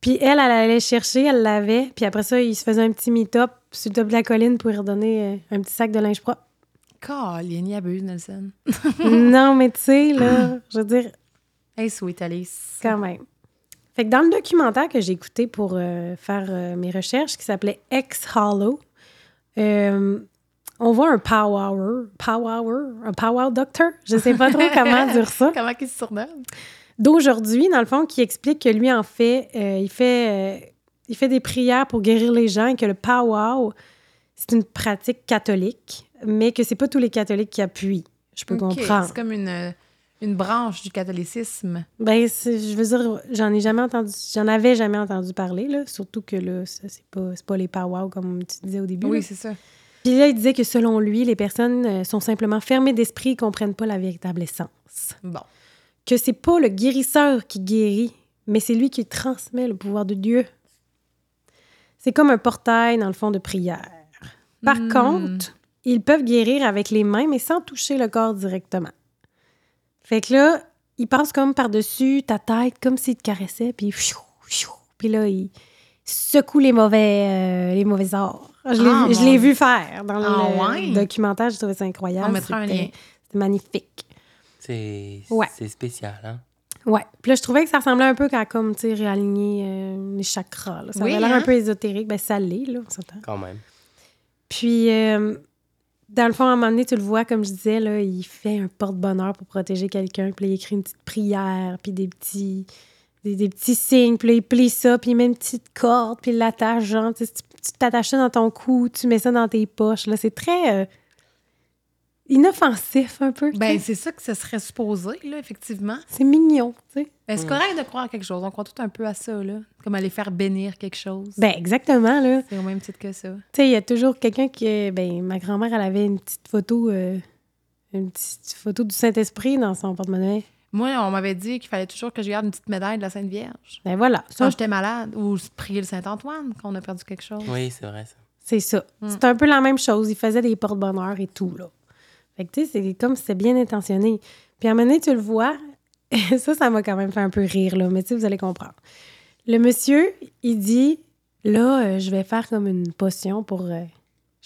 Speaker 2: Puis elle, elle allait chercher, elle l'avait. Puis après ça, il se faisait un petit meet-up sur le top de la colline pour lui redonner euh, un petit sac de linge propre.
Speaker 3: Caline, il abuse, Nelson.
Speaker 2: non, mais tu sais, là, je veux dire,
Speaker 3: Hey, sweet Alice.
Speaker 2: quand même. Fait que dans le documentaire que j'ai écouté pour euh, faire euh, mes recherches, qui s'appelait Ex Hollow, euh, on voit un power, power, un power doctor, je sais pas trop comment dire ça.
Speaker 3: Comment qu'il se surnomme?
Speaker 2: d'aujourd'hui, dans le fond, qui explique que lui, en fait, euh, il fait, euh, il fait des prières pour guérir les gens et que le powwow, c'est une pratique catholique, mais que c'est pas tous les catholiques qui appuient. Je peux
Speaker 3: Ok,
Speaker 2: comprendre.
Speaker 3: C'est comme une, une branche du catholicisme.
Speaker 2: Ben, c'est- je veux dire, j'en ai jamais entendu, j'en avais jamais entendu parler, là, surtout que là, ça, c'est pas, c'est pas les powwows comme tu disais au début. là.
Speaker 3: Oui, c'est ça.
Speaker 2: Puis là, il disait que selon lui, les personnes euh, sont simplement fermées d'esprit et comprennent pas la véritable essence.
Speaker 3: Bon.
Speaker 2: que c'est pas le guérisseur qui guérit, mais c'est lui qui transmet le pouvoir de Dieu. C'est comme un portail dans le fond de prière. Par
Speaker 3: Hmm.
Speaker 2: contre, ils peuvent guérir avec les mains, mais sans toucher le corps directement. Fait que là, ils passent comme par-dessus ta tête, comme s'ils te caressaient, puis pfiou, pfiou, puis là, ils secouent les mauvais, euh, les mauvais arts. Je l'ai
Speaker 3: Ah,
Speaker 2: vu- je
Speaker 3: mon
Speaker 2: l'ai
Speaker 3: Dieu.
Speaker 2: vu faire dans
Speaker 3: Ah,
Speaker 2: le
Speaker 3: ouais?
Speaker 2: documentaire, j'ai trouvé ça incroyable.
Speaker 3: On mettra un
Speaker 2: C'était-
Speaker 3: lien.
Speaker 2: C'était magnifique.
Speaker 4: C'est
Speaker 2: Ouais.
Speaker 4: c'est spécial, hein?
Speaker 2: Ouais. Puis là, je trouvais que ça ressemblait un peu à comme, tu sais, réaligner euh, les chakras. là. Ça
Speaker 3: Oui,
Speaker 2: avait l'air
Speaker 3: hein?
Speaker 2: un peu ésotérique. Ben, ça l'est, là, on s'entend.
Speaker 4: Quand même.
Speaker 2: Puis, euh, dans le fond, à un moment donné, tu le vois, comme je disais, là, il fait un porte-bonheur pour protéger quelqu'un. Puis là, il écrit une petite prière, puis des petits, des, des petits signes, puis là, il plie ça, puis il met une petite corde, puis il l'attache, genre, tu sais, tu tu t'attaches ça dans ton cou, tu mets ça dans tes poches, là, c'est très euh, inoffensif un peu. tu
Speaker 3: Ben,
Speaker 2: sais.
Speaker 3: c'est ça que ce serait supposé, là, effectivement.
Speaker 2: c'est mignon, tu sais.
Speaker 3: Ben, c'est correct de croire à quelque chose. On croit tout un peu à ça, là. Comme aller faire bénir quelque chose.
Speaker 2: Ben, exactement, là.
Speaker 3: C'est au même titre que ça.
Speaker 2: Tu sais, il y a toujours quelqu'un qui. Ben, ma grand-mère, elle avait une petite photo. euh, une petite photo du Saint-Esprit dans son porte-monnaie.
Speaker 3: Moi, on m'avait dit qu'il fallait toujours que je garde une petite médaille de la Sainte Vierge.
Speaker 2: Ben voilà, ça,
Speaker 3: Quand j'étais malade, ou prier le Saint-Antoine, quand on a perdu quelque chose.
Speaker 4: Oui, c'est vrai ça.
Speaker 2: c'est ça.
Speaker 3: Mm.
Speaker 2: C'est un peu la même chose. Il faisait des porte-bonheur et tout, là. Fait que, tu sais, c'est comme si c'était bien intentionné. Puis à un moment donné, tu le vois. ça, ça m'a quand même fait un peu rire, là. Mais tu sais, vous allez comprendre. Le monsieur, il dit Là, euh, je vais faire comme une potion pour euh,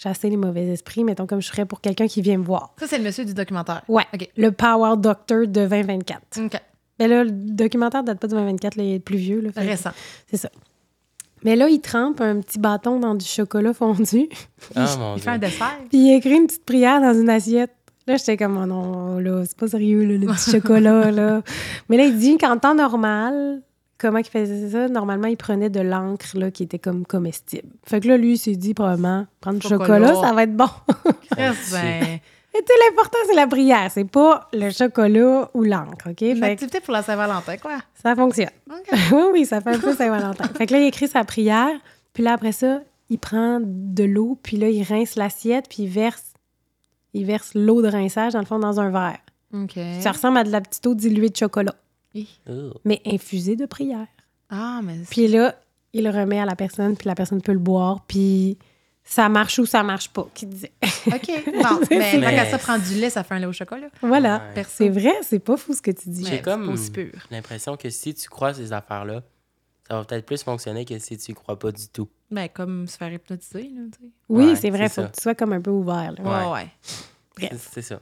Speaker 2: chasser les mauvais esprits, mettons, comme je ferais pour quelqu'un qui vient me voir.
Speaker 3: Ça, c'est le monsieur du documentaire.
Speaker 2: Ouais.
Speaker 3: OK.
Speaker 2: Le Power Doctor de 2024.
Speaker 3: OK.
Speaker 2: Mais là, le documentaire date pas de 2024, là, il est plus vieux. Là, Fait-
Speaker 3: Récent.
Speaker 2: C'est ça. Mais là, il trempe un petit bâton dans du chocolat fondu,
Speaker 4: Ah mon
Speaker 3: Il fait un
Speaker 4: dieu.
Speaker 3: dessert.
Speaker 2: puis il écrit une petite prière dans une assiette. Là, j'étais comme, oh non, là, c'est pas sérieux, là, le petit chocolat, là. Mais là, il dit qu'en temps normal, comment il faisait ça? Normalement, il prenait de l'encre, là, qui était comme comestible. Fait que là, lui, il s'est dit, probablement, prendre du
Speaker 3: Chocolat.
Speaker 2: chocolat, ça va être bon.
Speaker 3: Chris, ben,
Speaker 2: Mais tu sais, l'important, c'est la prière, c'est pas le chocolat ou l'encre, OK?
Speaker 3: une
Speaker 2: Fait que
Speaker 3: activité pour la Saint-Valentin, quoi.
Speaker 2: ça fonctionne.
Speaker 3: OK.
Speaker 2: oui, oui, ça fait un peu Saint-Valentin. fait que là, il écrit sa prière, puis là, après ça, il prend de l'eau, puis là, il rince l'assiette, puis il verse, il verse l'eau de rinçage, dans le fond, dans un verre.
Speaker 3: OK.
Speaker 2: Ça ressemble à de la petite eau diluée de chocolat,
Speaker 4: Oh.
Speaker 2: mais infusée de prière.
Speaker 3: Ah, mais c'est-
Speaker 2: Puis là, il le remet à la personne, puis la personne peut le boire, puis ça marche ou ça marche pas, qu'il disait.
Speaker 3: OK. Bon, mais
Speaker 4: Mais-
Speaker 3: tant qu'à ça prend du lait, ça fait un lait au chocolat.
Speaker 2: voilà.
Speaker 4: Ouais.
Speaker 3: Perso.
Speaker 2: C'est vrai, c'est pas fou ce que tu dis.
Speaker 3: Mais
Speaker 4: J'ai
Speaker 3: c'est
Speaker 4: comme-
Speaker 3: pas aussi pur.
Speaker 4: J'ai l'impression que si tu crois à ces affaires-là, ça va peut-être plus fonctionner que si tu y crois pas du tout.
Speaker 3: Ben, comme se faire hypnotiser, là, tu sais.
Speaker 2: Oui,
Speaker 4: Ouais,
Speaker 2: c'est vrai,
Speaker 4: c'est
Speaker 2: faut
Speaker 4: ça.
Speaker 2: que tu sois comme un peu ouvert. là.
Speaker 4: Ouais.
Speaker 3: Ouais, ouais.
Speaker 4: C'est- C'est ça.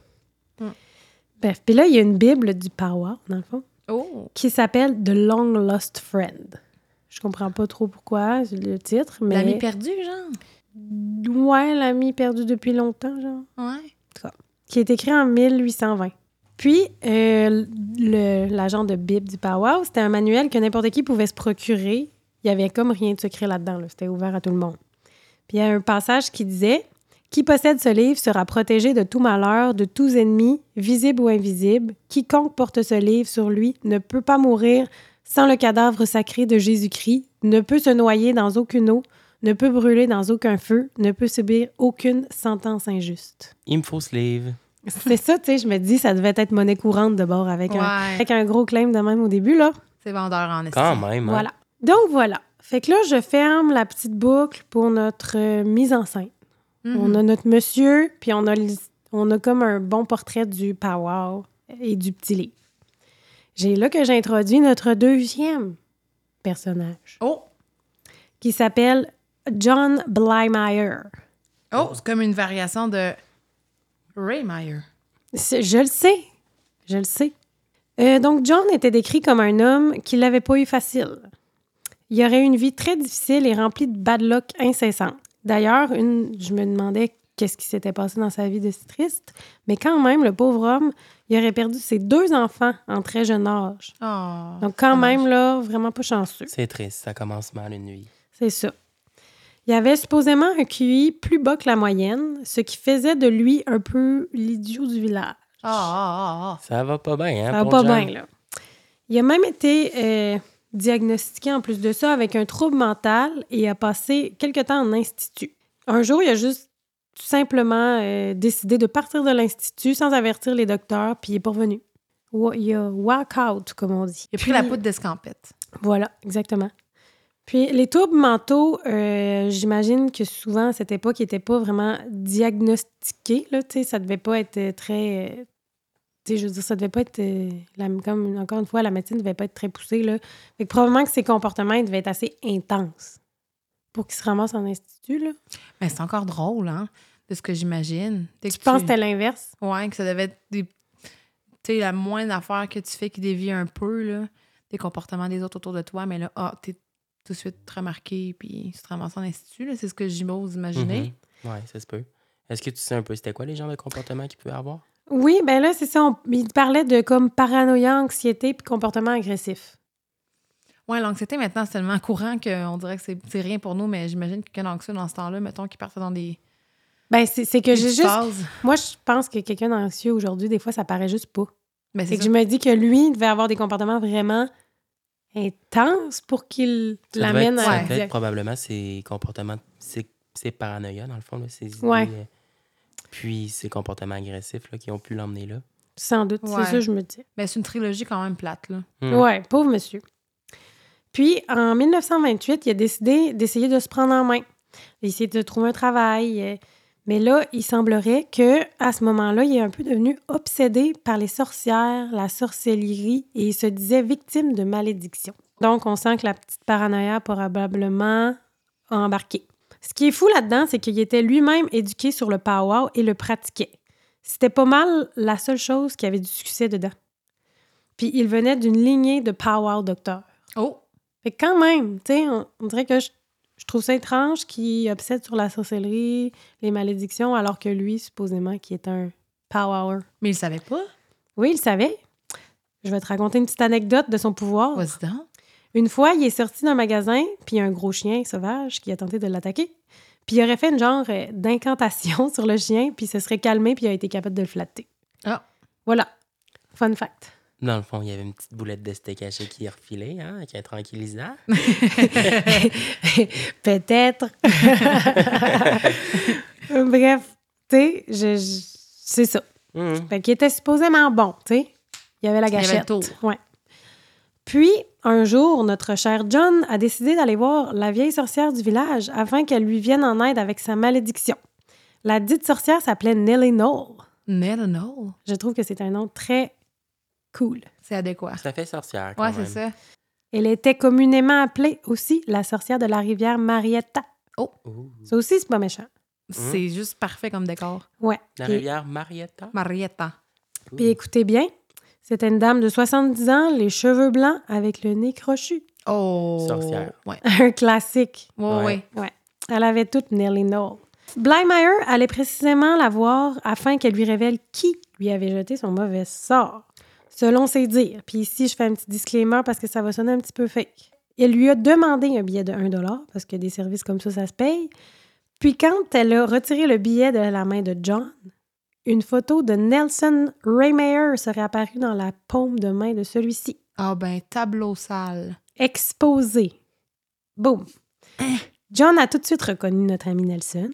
Speaker 2: Bref, puis là, il y a une Bible du Power, dans le fond.
Speaker 3: Oh!
Speaker 2: qui s'appelle The Long Lost Friend. Je comprends pas trop pourquoi le titre, mais
Speaker 3: L'ami perdu, genre.
Speaker 2: ouais, l'ami perdu depuis longtemps, genre,
Speaker 3: Ouais.
Speaker 2: qui est écrit en 1820. Puis euh, le- l'agent de Bible du Power, c'était un manuel que n'importe qui pouvait se procurer. Il y avait comme rien de secret là-dedans, là. c'était ouvert à tout le monde. Puis il y a un passage qui disait Qui possède ce livre sera protégé de tout malheur, de tous ennemis, visibles ou invisibles. Quiconque porte ce livre sur lui ne peut pas mourir sans le cadavre sacré de Jésus-Christ, ne peut se noyer dans aucune eau, ne peut brûler dans aucun feu, ne peut subir aucune sentence injuste.
Speaker 4: Il me faut ce livre.
Speaker 2: C'est ça, tu sais, je me dis, ça devait être monnaie courante de bord avec, un,
Speaker 3: Ouais.
Speaker 2: avec un gros claim de même au début, là.
Speaker 3: C'est vendeur en estime.
Speaker 4: Quand même. hein.
Speaker 2: Voilà. Donc voilà. Fait que là, je ferme la petite boucle pour notre euh, mise en scène. On a notre monsieur, puis on a, l'his- on a comme un bon portrait du power et du petit livre. J'ai là que j'introduis notre deuxième personnage,
Speaker 3: Oh!
Speaker 2: qui s'appelle John Blymeyer.
Speaker 3: Oh! C'est comme une variation de Ray Meyer.
Speaker 2: C'est- Je le sais. Je le sais. Euh, donc, John était décrit comme un homme qui l'avait pas eu facile. Il aurait eu une vie très difficile et remplie de bad luck incessant. D'ailleurs, une, je me demandais qu'est-ce qui s'était passé dans sa vie de si triste, mais quand même, le pauvre homme, il aurait perdu ses deux enfants en très jeune âge.
Speaker 3: Oh!
Speaker 2: Donc, quand
Speaker 3: dommage.
Speaker 2: même, là, vraiment pas chanceux.
Speaker 4: C'est triste, ça commence mal une nuit.
Speaker 2: C'est ça. Il avait supposément un QI plus bas que la moyenne, ce qui faisait de lui un peu l'idiot du village.
Speaker 3: Ah, ah, ah,
Speaker 4: Ça va pas bien, hein?
Speaker 2: Ça va
Speaker 4: pour
Speaker 2: pas
Speaker 4: John?
Speaker 2: bien, là. Il a même été euh, diagnostiqué, en plus de ça, avec un trouble mental et a passé quelque temps en institut. Un jour, il a juste tout simplement euh, décidé de partir de l'institut sans avertir les docteurs, puis il est pas revenu. Wa- Il a walk out, comme on dit.
Speaker 3: Il a pris la
Speaker 2: Puis-
Speaker 3: poudre d'escampette.
Speaker 2: voilà, exactement. Puis les troubles mentaux, euh, j'imagine que souvent à cette époque, ils n'étaient pas vraiment diagnostiqués. Là, tu sais, ça devait pas être euh, très. euh, tu sais, je veux dire, ça devait pas être. euh, la- comme encore une fois, la médecine devait pas être très poussée. Là. Fait que probablement que ces comportements ils devaient être assez intenses pour qu'ils se ramassent en institut. Là.
Speaker 3: Mais c'est encore drôle, hein? De ce que j'imagine. Dès
Speaker 2: Tu
Speaker 3: que
Speaker 2: penses que c'était l'inverse?
Speaker 3: Ouais, que ça devait être des. Tu sais, la moindre affaire que tu fais qui dévie un peu, là, des comportements des autres autour de toi, mais là, ah, t'es tout de suite remarqué, puis tu te ramasses en institut, là. C'est ce que j'ose imaginer.
Speaker 4: Mhm. Ouais, ça se peut. Est-ce que tu sais un peu c'était quoi les genres de comportements qu'il peut avoir?
Speaker 2: Oui, ben là, c'est ça. on- il parlait de comme paranoïa, anxiété puis comportement agressif.
Speaker 3: Ouais, l'anxiété maintenant, c'est tellement courant qu'on dirait que c'est c'est rien pour nous, mais j'imagine que l'anxiété dans ce temps-là, mettons, qui partait dans des,
Speaker 2: Ben, c'est c'est que
Speaker 3: des
Speaker 2: j'ai
Speaker 3: petites
Speaker 2: juste.
Speaker 3: phases.
Speaker 2: Moi, je pense que quelqu'un d'anxieux aujourd'hui, des fois, ça paraît juste pas.
Speaker 3: Ben, c'est
Speaker 2: C'est que
Speaker 3: ça.
Speaker 2: je me dis que lui, il devait avoir des comportements vraiment intenses pour qu'il
Speaker 4: Ça devait
Speaker 2: l'amène
Speaker 4: être-
Speaker 2: à
Speaker 4: ça
Speaker 2: la
Speaker 4: devait être
Speaker 2: diac-
Speaker 4: probablement ses comportements, ses, ses paranoïas, dans le fond, là, ses idées.
Speaker 2: Ouais.
Speaker 4: euh, Puis ses comportements agressifs là, qui ont pu l'emmener là.
Speaker 2: Sans doute,
Speaker 3: Ouais.
Speaker 2: c'est ça que je me dis.
Speaker 3: Mais Ben, c'est une trilogie quand même plate, là.
Speaker 4: Hmm.
Speaker 2: Ouais, pauvre monsieur. Puis, en 1928, il a décidé d'essayer de se prendre en main, d'essayer de trouver un travail. euh, Mais là, il semblerait que à ce moment-là, il est un peu devenu obsédé par les sorcières, la sorcellerie, et il se disait victime de malédiction. Donc, on sent que la petite paranoïa probablement a embarqué. Ce qui est fou là-dedans, c'est qu'il était lui-même éduqué sur le powwow et le pratiquait. C'était pas mal la seule chose qui avait du succès dedans. Puis il venait d'une lignée de powwow docteurs.
Speaker 3: Oh!
Speaker 2: Fait que quand même, tu sais, on, on dirait que je, je trouve ça étrange qu'il obsède sur la sorcellerie, les malédictions, alors que lui, supposément, qui est un powwower.
Speaker 3: Mais il savait pas.
Speaker 2: Oui, il savait. Je vais te raconter une petite anecdote de son pouvoir.
Speaker 3: Vas-y donc.
Speaker 2: Une fois, il est sorti d'un magasin, puis il y a un gros chien sauvage qui a tenté de l'attaquer. Puis il aurait fait une genre euh, d'incantation sur le chien, puis il se serait calmé, puis il a été capable de le flatter.
Speaker 3: Ah.
Speaker 2: Voilà. Fun fact.
Speaker 4: Dans le fond, il y avait une petite boulette de steak haché qui refilait, hein, avec un tranquillisant.
Speaker 2: Peut-être. Bref, tu sais, je- je- c'est ça.
Speaker 4: Hmm.
Speaker 2: Fait qu'il était supposément bon, tu sais. Il y avait la
Speaker 3: y avait
Speaker 2: gâchette.
Speaker 3: le tour.
Speaker 2: Ouais. Puis, un jour, notre cher John a décidé d'aller voir la vieille sorcière du village afin qu'elle lui vienne en aide avec sa malédiction. La dite sorcière s'appelait Nellie Knoll.
Speaker 3: Nell Knoll.
Speaker 2: Je trouve que c'est un nom très cool.
Speaker 3: C'est adéquat.
Speaker 4: Ça fait sorcière, quand
Speaker 3: Ouais,
Speaker 4: même.
Speaker 3: c'est ça.
Speaker 2: Elle était communément appelée aussi la sorcière de la rivière Marietta.
Speaker 4: Ouh.
Speaker 2: Ça aussi, c'est pas méchant.
Speaker 4: Mm-hmm.
Speaker 3: C'est juste parfait comme décor.
Speaker 2: Ouais.
Speaker 4: La
Speaker 2: Puis-
Speaker 4: rivière Marietta.
Speaker 3: Marietta.
Speaker 4: Ouh.
Speaker 2: Puis écoutez bien, c'était une dame de 70 ans, les cheveux blancs avec le nez crochu.
Speaker 3: Oh!
Speaker 4: Sorcière.
Speaker 3: Ouais.
Speaker 2: Un classique.
Speaker 3: Ouais, ouais.
Speaker 4: Ouais.
Speaker 2: Elle avait toute Nellie Knoll. Blymeyer allait précisément la voir afin qu'elle lui révèle qui lui avait jeté son mauvais sort, selon ses dires. Puis ici, je fais un petit disclaimer parce que ça va sonner un petit peu fake. Elle lui a demandé un billet de 1 parce que des services comme ça, ça se paye. Puis quand elle a retiré le billet de la main de John, une photo de Nelson Raymeyer serait apparue dans la paume de main de celui-ci
Speaker 3: Ah ben, tableau sale.
Speaker 2: exposé. Boum. John a tout de suite reconnu notre ami Nelson.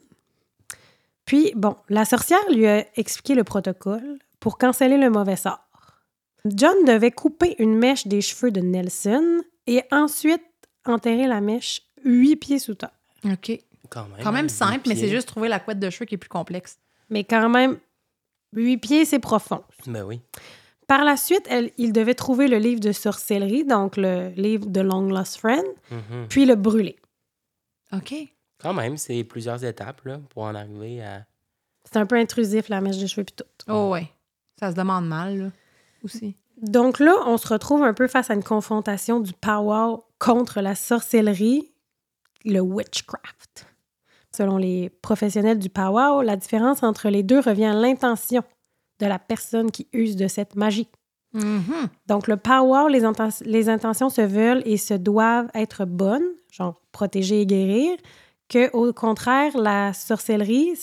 Speaker 2: Puis, bon, la sorcière lui a expliqué le protocole pour canceller le mauvais sort. John devait couper une mèche des cheveux de Nelson et ensuite enterrer la mèche huit pieds sous terre.
Speaker 3: OK.
Speaker 4: Quand même.
Speaker 3: Quand même
Speaker 4: hein,
Speaker 3: simple, mais
Speaker 4: huit
Speaker 3: c'est
Speaker 4: pieds.
Speaker 3: juste trouver la couette de cheveux qui est plus complexe.
Speaker 2: Mais quand même, huit pieds, c'est profond.
Speaker 4: Ben oui.
Speaker 2: Par la suite, elle- il devait trouver le livre de sorcellerie, donc le livre de Long Lost Friend,
Speaker 4: Mhm.
Speaker 2: puis le brûler.
Speaker 3: OK.
Speaker 4: Quand même, c'est plusieurs étapes là, pour en arriver à.
Speaker 2: C'est un peu intrusif, la mèche de cheveux, puis tout.
Speaker 3: Oh ouais. Ça se demande mal, là, aussi.
Speaker 2: Donc là, on se retrouve un peu face à une confrontation du powwow contre la sorcellerie, le witchcraft. Selon les professionnels du powwow, la différence entre les deux revient à l'intention de la personne qui use de cette magie.
Speaker 3: Mhm.
Speaker 2: Donc le powwow, les, inten- les intentions se veulent et se doivent être bonnes, genre protéger et guérir, que au contraire, la sorcellerie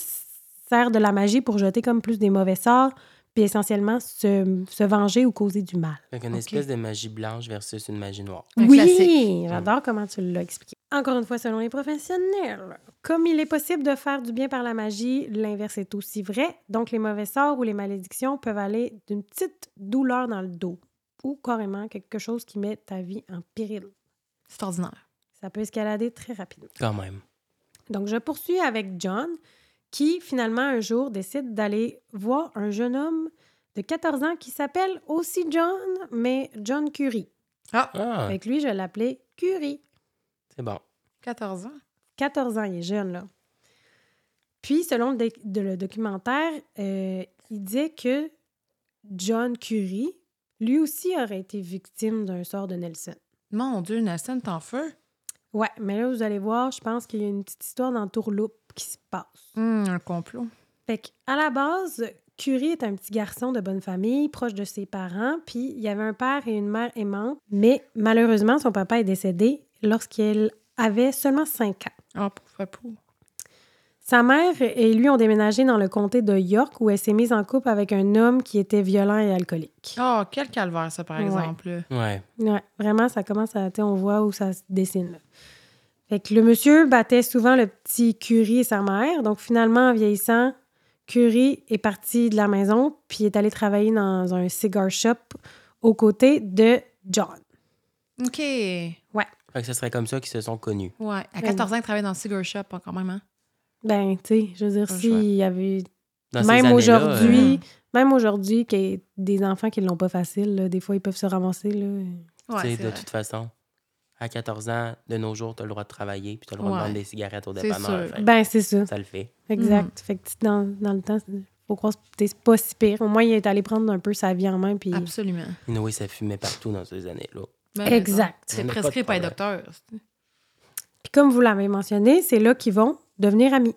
Speaker 2: sert de la magie pour jeter comme plus des mauvais sorts, puis essentiellement se- se venger ou causer du mal.
Speaker 4: Fait qu'une
Speaker 3: Ok.
Speaker 4: espèce de magie blanche versus une magie noire.
Speaker 3: Un
Speaker 2: oui,
Speaker 3: classique.
Speaker 2: j'adore comment tu l'as expliqué. Encore une fois, selon les professionnels, comme il est possible de faire du bien par la magie, l'inverse est aussi vrai. Donc, les mauvais sorts ou les malédictions peuvent aller d'une petite douleur dans le dos ou carrément quelque chose qui met ta vie en péril.
Speaker 3: C'est ordinaire.
Speaker 2: Ça peut escalader très rapidement.
Speaker 4: Quand même.
Speaker 2: Donc, je poursuis avec John, qui finalement un jour décide d'aller voir un jeune homme de 14 ans qui s'appelle aussi John, mais John Curie.
Speaker 4: Ah,
Speaker 2: Avec lui, je l'appelais Curie.
Speaker 4: c'est bon.
Speaker 3: 14 ans.
Speaker 2: 14 ans, il est jeune, là. Puis, selon le, doc- de- le documentaire, euh, il disait que John Curie, lui aussi, aurait été victime d'un sort de Nelson.
Speaker 3: Mon Dieu, Nelson, t'en feu.
Speaker 2: Ouais, mais là, vous allez voir, je pense qu'il y a une petite histoire dans Tourloupe qui se passe.
Speaker 3: Hum, un complot.
Speaker 2: Fait qu'à la base, Curie est un petit garçon de bonne famille, proche de ses parents, puis il y avait un père et une mère aimantes, mais malheureusement, son papa est décédé lorsqu'il avait seulement 5 ans.
Speaker 3: Ah, pauvre pou.
Speaker 2: Sa mère et lui ont déménagé dans le comté de York où elle s'est mise en couple avec un homme qui était violent et alcoolique.
Speaker 3: Ah, quel calvaire, ça, par
Speaker 2: Ouais.
Speaker 3: exemple. là.
Speaker 4: Ouais.
Speaker 2: Ouais, vraiment, ça commence à. tu sais, On voit où ça se dessine. là. Fait que le monsieur battait souvent le petit Curie et sa mère. Donc, finalement, en vieillissant, Curie est parti de la maison puis est allé travailler dans un cigar shop aux côtés de John.
Speaker 3: OK. Ouais.
Speaker 4: Fait que ce serait comme ça qu'ils se sont connus.
Speaker 3: À 14 ans, il travaillait dans le cigar shop, hein, quand même. Hein?
Speaker 2: Ben, tu sais, je veux dire,
Speaker 3: Pas le
Speaker 2: s'il y avait
Speaker 4: Oh, Dans ces
Speaker 2: même
Speaker 4: années-là, euh,
Speaker 2: aujourd'hui, même aujourd'hui, qu'il y ait des enfants qui ne l'ont pas facile, là, des fois, ils peuvent se ramasser. Là.
Speaker 4: tu sais,
Speaker 3: Ouais,
Speaker 4: de
Speaker 3: c'est vrai.
Speaker 4: toute façon, à 14 ans, de nos jours, tu as le droit de travailler puis tu as le droit
Speaker 3: Ouais.
Speaker 4: de vendre des cigarettes au
Speaker 3: C'est
Speaker 4: dépanneur.
Speaker 3: sûr.
Speaker 4: Fait que
Speaker 2: Ben, c'est ça.
Speaker 4: Ça le fait.
Speaker 2: Exact. Fait que tu- dans, dans le temps, c'est- faut croire que c'est pas si pire. Au moins, il est allé prendre un peu sa vie en main. Puis...
Speaker 3: Absolument.
Speaker 4: Noé, ça fumait partout dans ces années-là.
Speaker 3: Ben,
Speaker 2: Exact.
Speaker 3: C'est
Speaker 4: On n'a pas de
Speaker 3: prescrit par les docteurs.
Speaker 2: Puis comme vous l'avez mentionné, c'est là qu'ils vont devenir amis.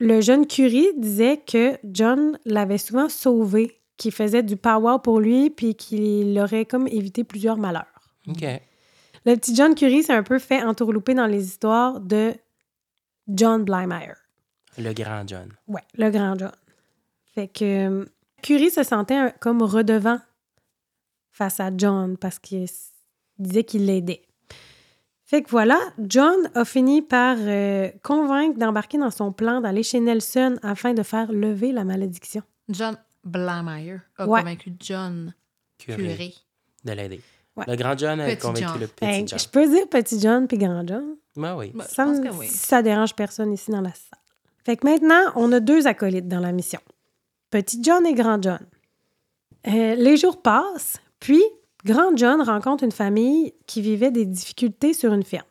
Speaker 2: Le jeune Curie disait que John l'avait souvent sauvé, qu'il faisait du power pour lui, puis qu'il aurait comme évité plusieurs malheurs.
Speaker 4: OK.
Speaker 2: Le petit John Curie s'est un peu fait entourlouper dans les histoires de John Blymeyer.
Speaker 4: Le grand John.
Speaker 2: Ouais, le grand John. Fait que euh, Curie se sentait un- comme redevant face à John parce qu'il s- disait qu'il l'aidait. Fait que voilà, John a fini par euh, convaincre d'embarquer dans son plan d'aller chez Nelson afin de faire lever la malédiction.
Speaker 3: John Blameyer a
Speaker 2: Ouais.
Speaker 3: convaincu John
Speaker 4: Curé.
Speaker 3: Curé.
Speaker 4: De l'aider.
Speaker 2: Ouais.
Speaker 4: Le grand John a
Speaker 3: Petit
Speaker 4: convaincu
Speaker 3: John.
Speaker 4: le petit
Speaker 2: Hey,
Speaker 4: John.
Speaker 2: je peux dire petit John puis grand John.
Speaker 4: Ben oui.
Speaker 3: Ben, je
Speaker 2: Ça,
Speaker 3: pense
Speaker 2: me-
Speaker 3: que oui.
Speaker 2: ça dérange personne ici dans la salle. Fait que maintenant, on a deux acolytes dans la mission. Petit John et Grand John. Euh, les jours passent, puis Grand John rencontre une famille qui vivait des difficultés sur une ferme.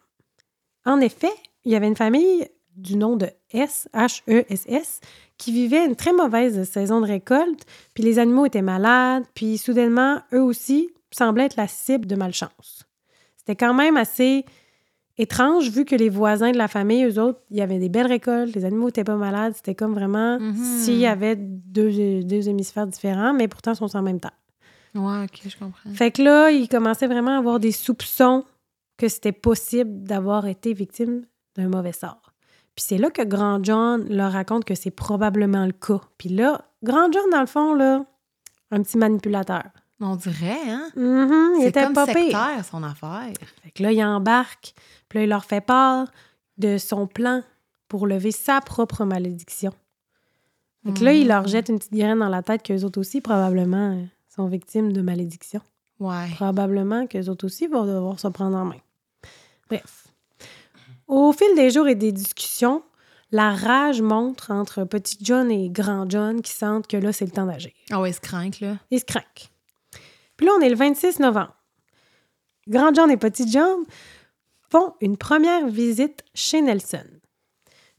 Speaker 2: En effet, il y avait une famille du nom de S, H-E-S-S, qui vivait une très mauvaise saison de récolte, puis les animaux étaient malades, puis soudainement, eux aussi semblaient être la cible de malchance. C'était quand même assez étrange vu que les voisins de la famille, eux autres, il y avait des belles récoltes, les animaux n'étaient pas malades, c'était comme vraiment
Speaker 3: Mhm.
Speaker 2: s'il y avait deux, deux hémisphères différents, mais pourtant ils sont en même temps.
Speaker 3: Ouais, ok, je comprends.
Speaker 2: Fait que là, il commençait vraiment à avoir des soupçons que c'était possible d'avoir été victime d'un mauvais sort. Puis c'est là que Grand John leur raconte que c'est probablement le cas. Puis là, Grand John, dans le fond, là, un petit manipulateur.
Speaker 3: On dirait, hein?
Speaker 2: Mhm, il
Speaker 3: C'est
Speaker 2: était
Speaker 3: comme
Speaker 2: pas pire.
Speaker 3: sectaire, son affaire.
Speaker 2: Fait que là, il embarque, puis là, il leur fait part de son plan pour lever sa propre malédiction. Fait que là,
Speaker 3: Mm.
Speaker 2: il leur jette une petite graine dans la tête qu'eux autres aussi, probablement, euh, sont victimes de malédiction.
Speaker 3: Ouais.
Speaker 2: Probablement qu'eux autres aussi vont devoir se prendre en main. Bref. Au fil des jours et des discussions, la rage monte entre petit John et grand John qui sentent que là, c'est le temps d'agir.
Speaker 3: Ah ouais, se crainte, là.
Speaker 2: Ils se craquent. Puis là, on est le 26 novembre. Grand John et Petit John font une première visite chez Nelson.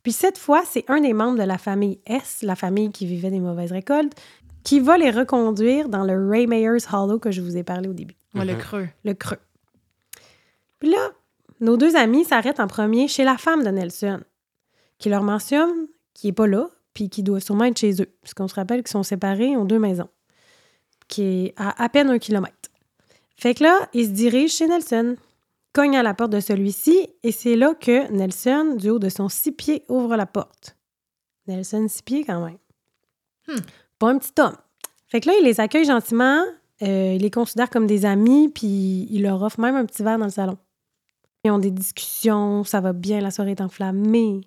Speaker 2: Puis cette fois, c'est un des membres de la famille S, la famille qui vivait des mauvaises récoltes, qui va les reconduire dans le Ray Mayer's Hollow que je vous ai parlé au début,
Speaker 3: Ouais, le
Speaker 4: Mhm.
Speaker 3: creux.
Speaker 2: le creux. Puis là, nos deux amis s'arrêtent en premier chez la femme de Nelson, qui leur mentionne qu'il n'est pas là, puis qu'il doit sûrement être chez eux, puisqu'on se rappelle qu'ils sont séparés, ils ont deux maisons qui est à à peine un kilomètre. Fait que là, il se dirige chez Nelson, cogne à la porte de celui-ci, et c'est là que Nelson, du haut de son six pieds, ouvre la porte. Nelson, six pieds quand même.
Speaker 3: Hmm.
Speaker 2: Pas un petit homme. Fait que là, il les accueille gentiment, euh, il les considère comme des amis, puis il leur offre même un petit verre dans le salon. Ils ont des discussions, ça va bien, la soirée est enflammée.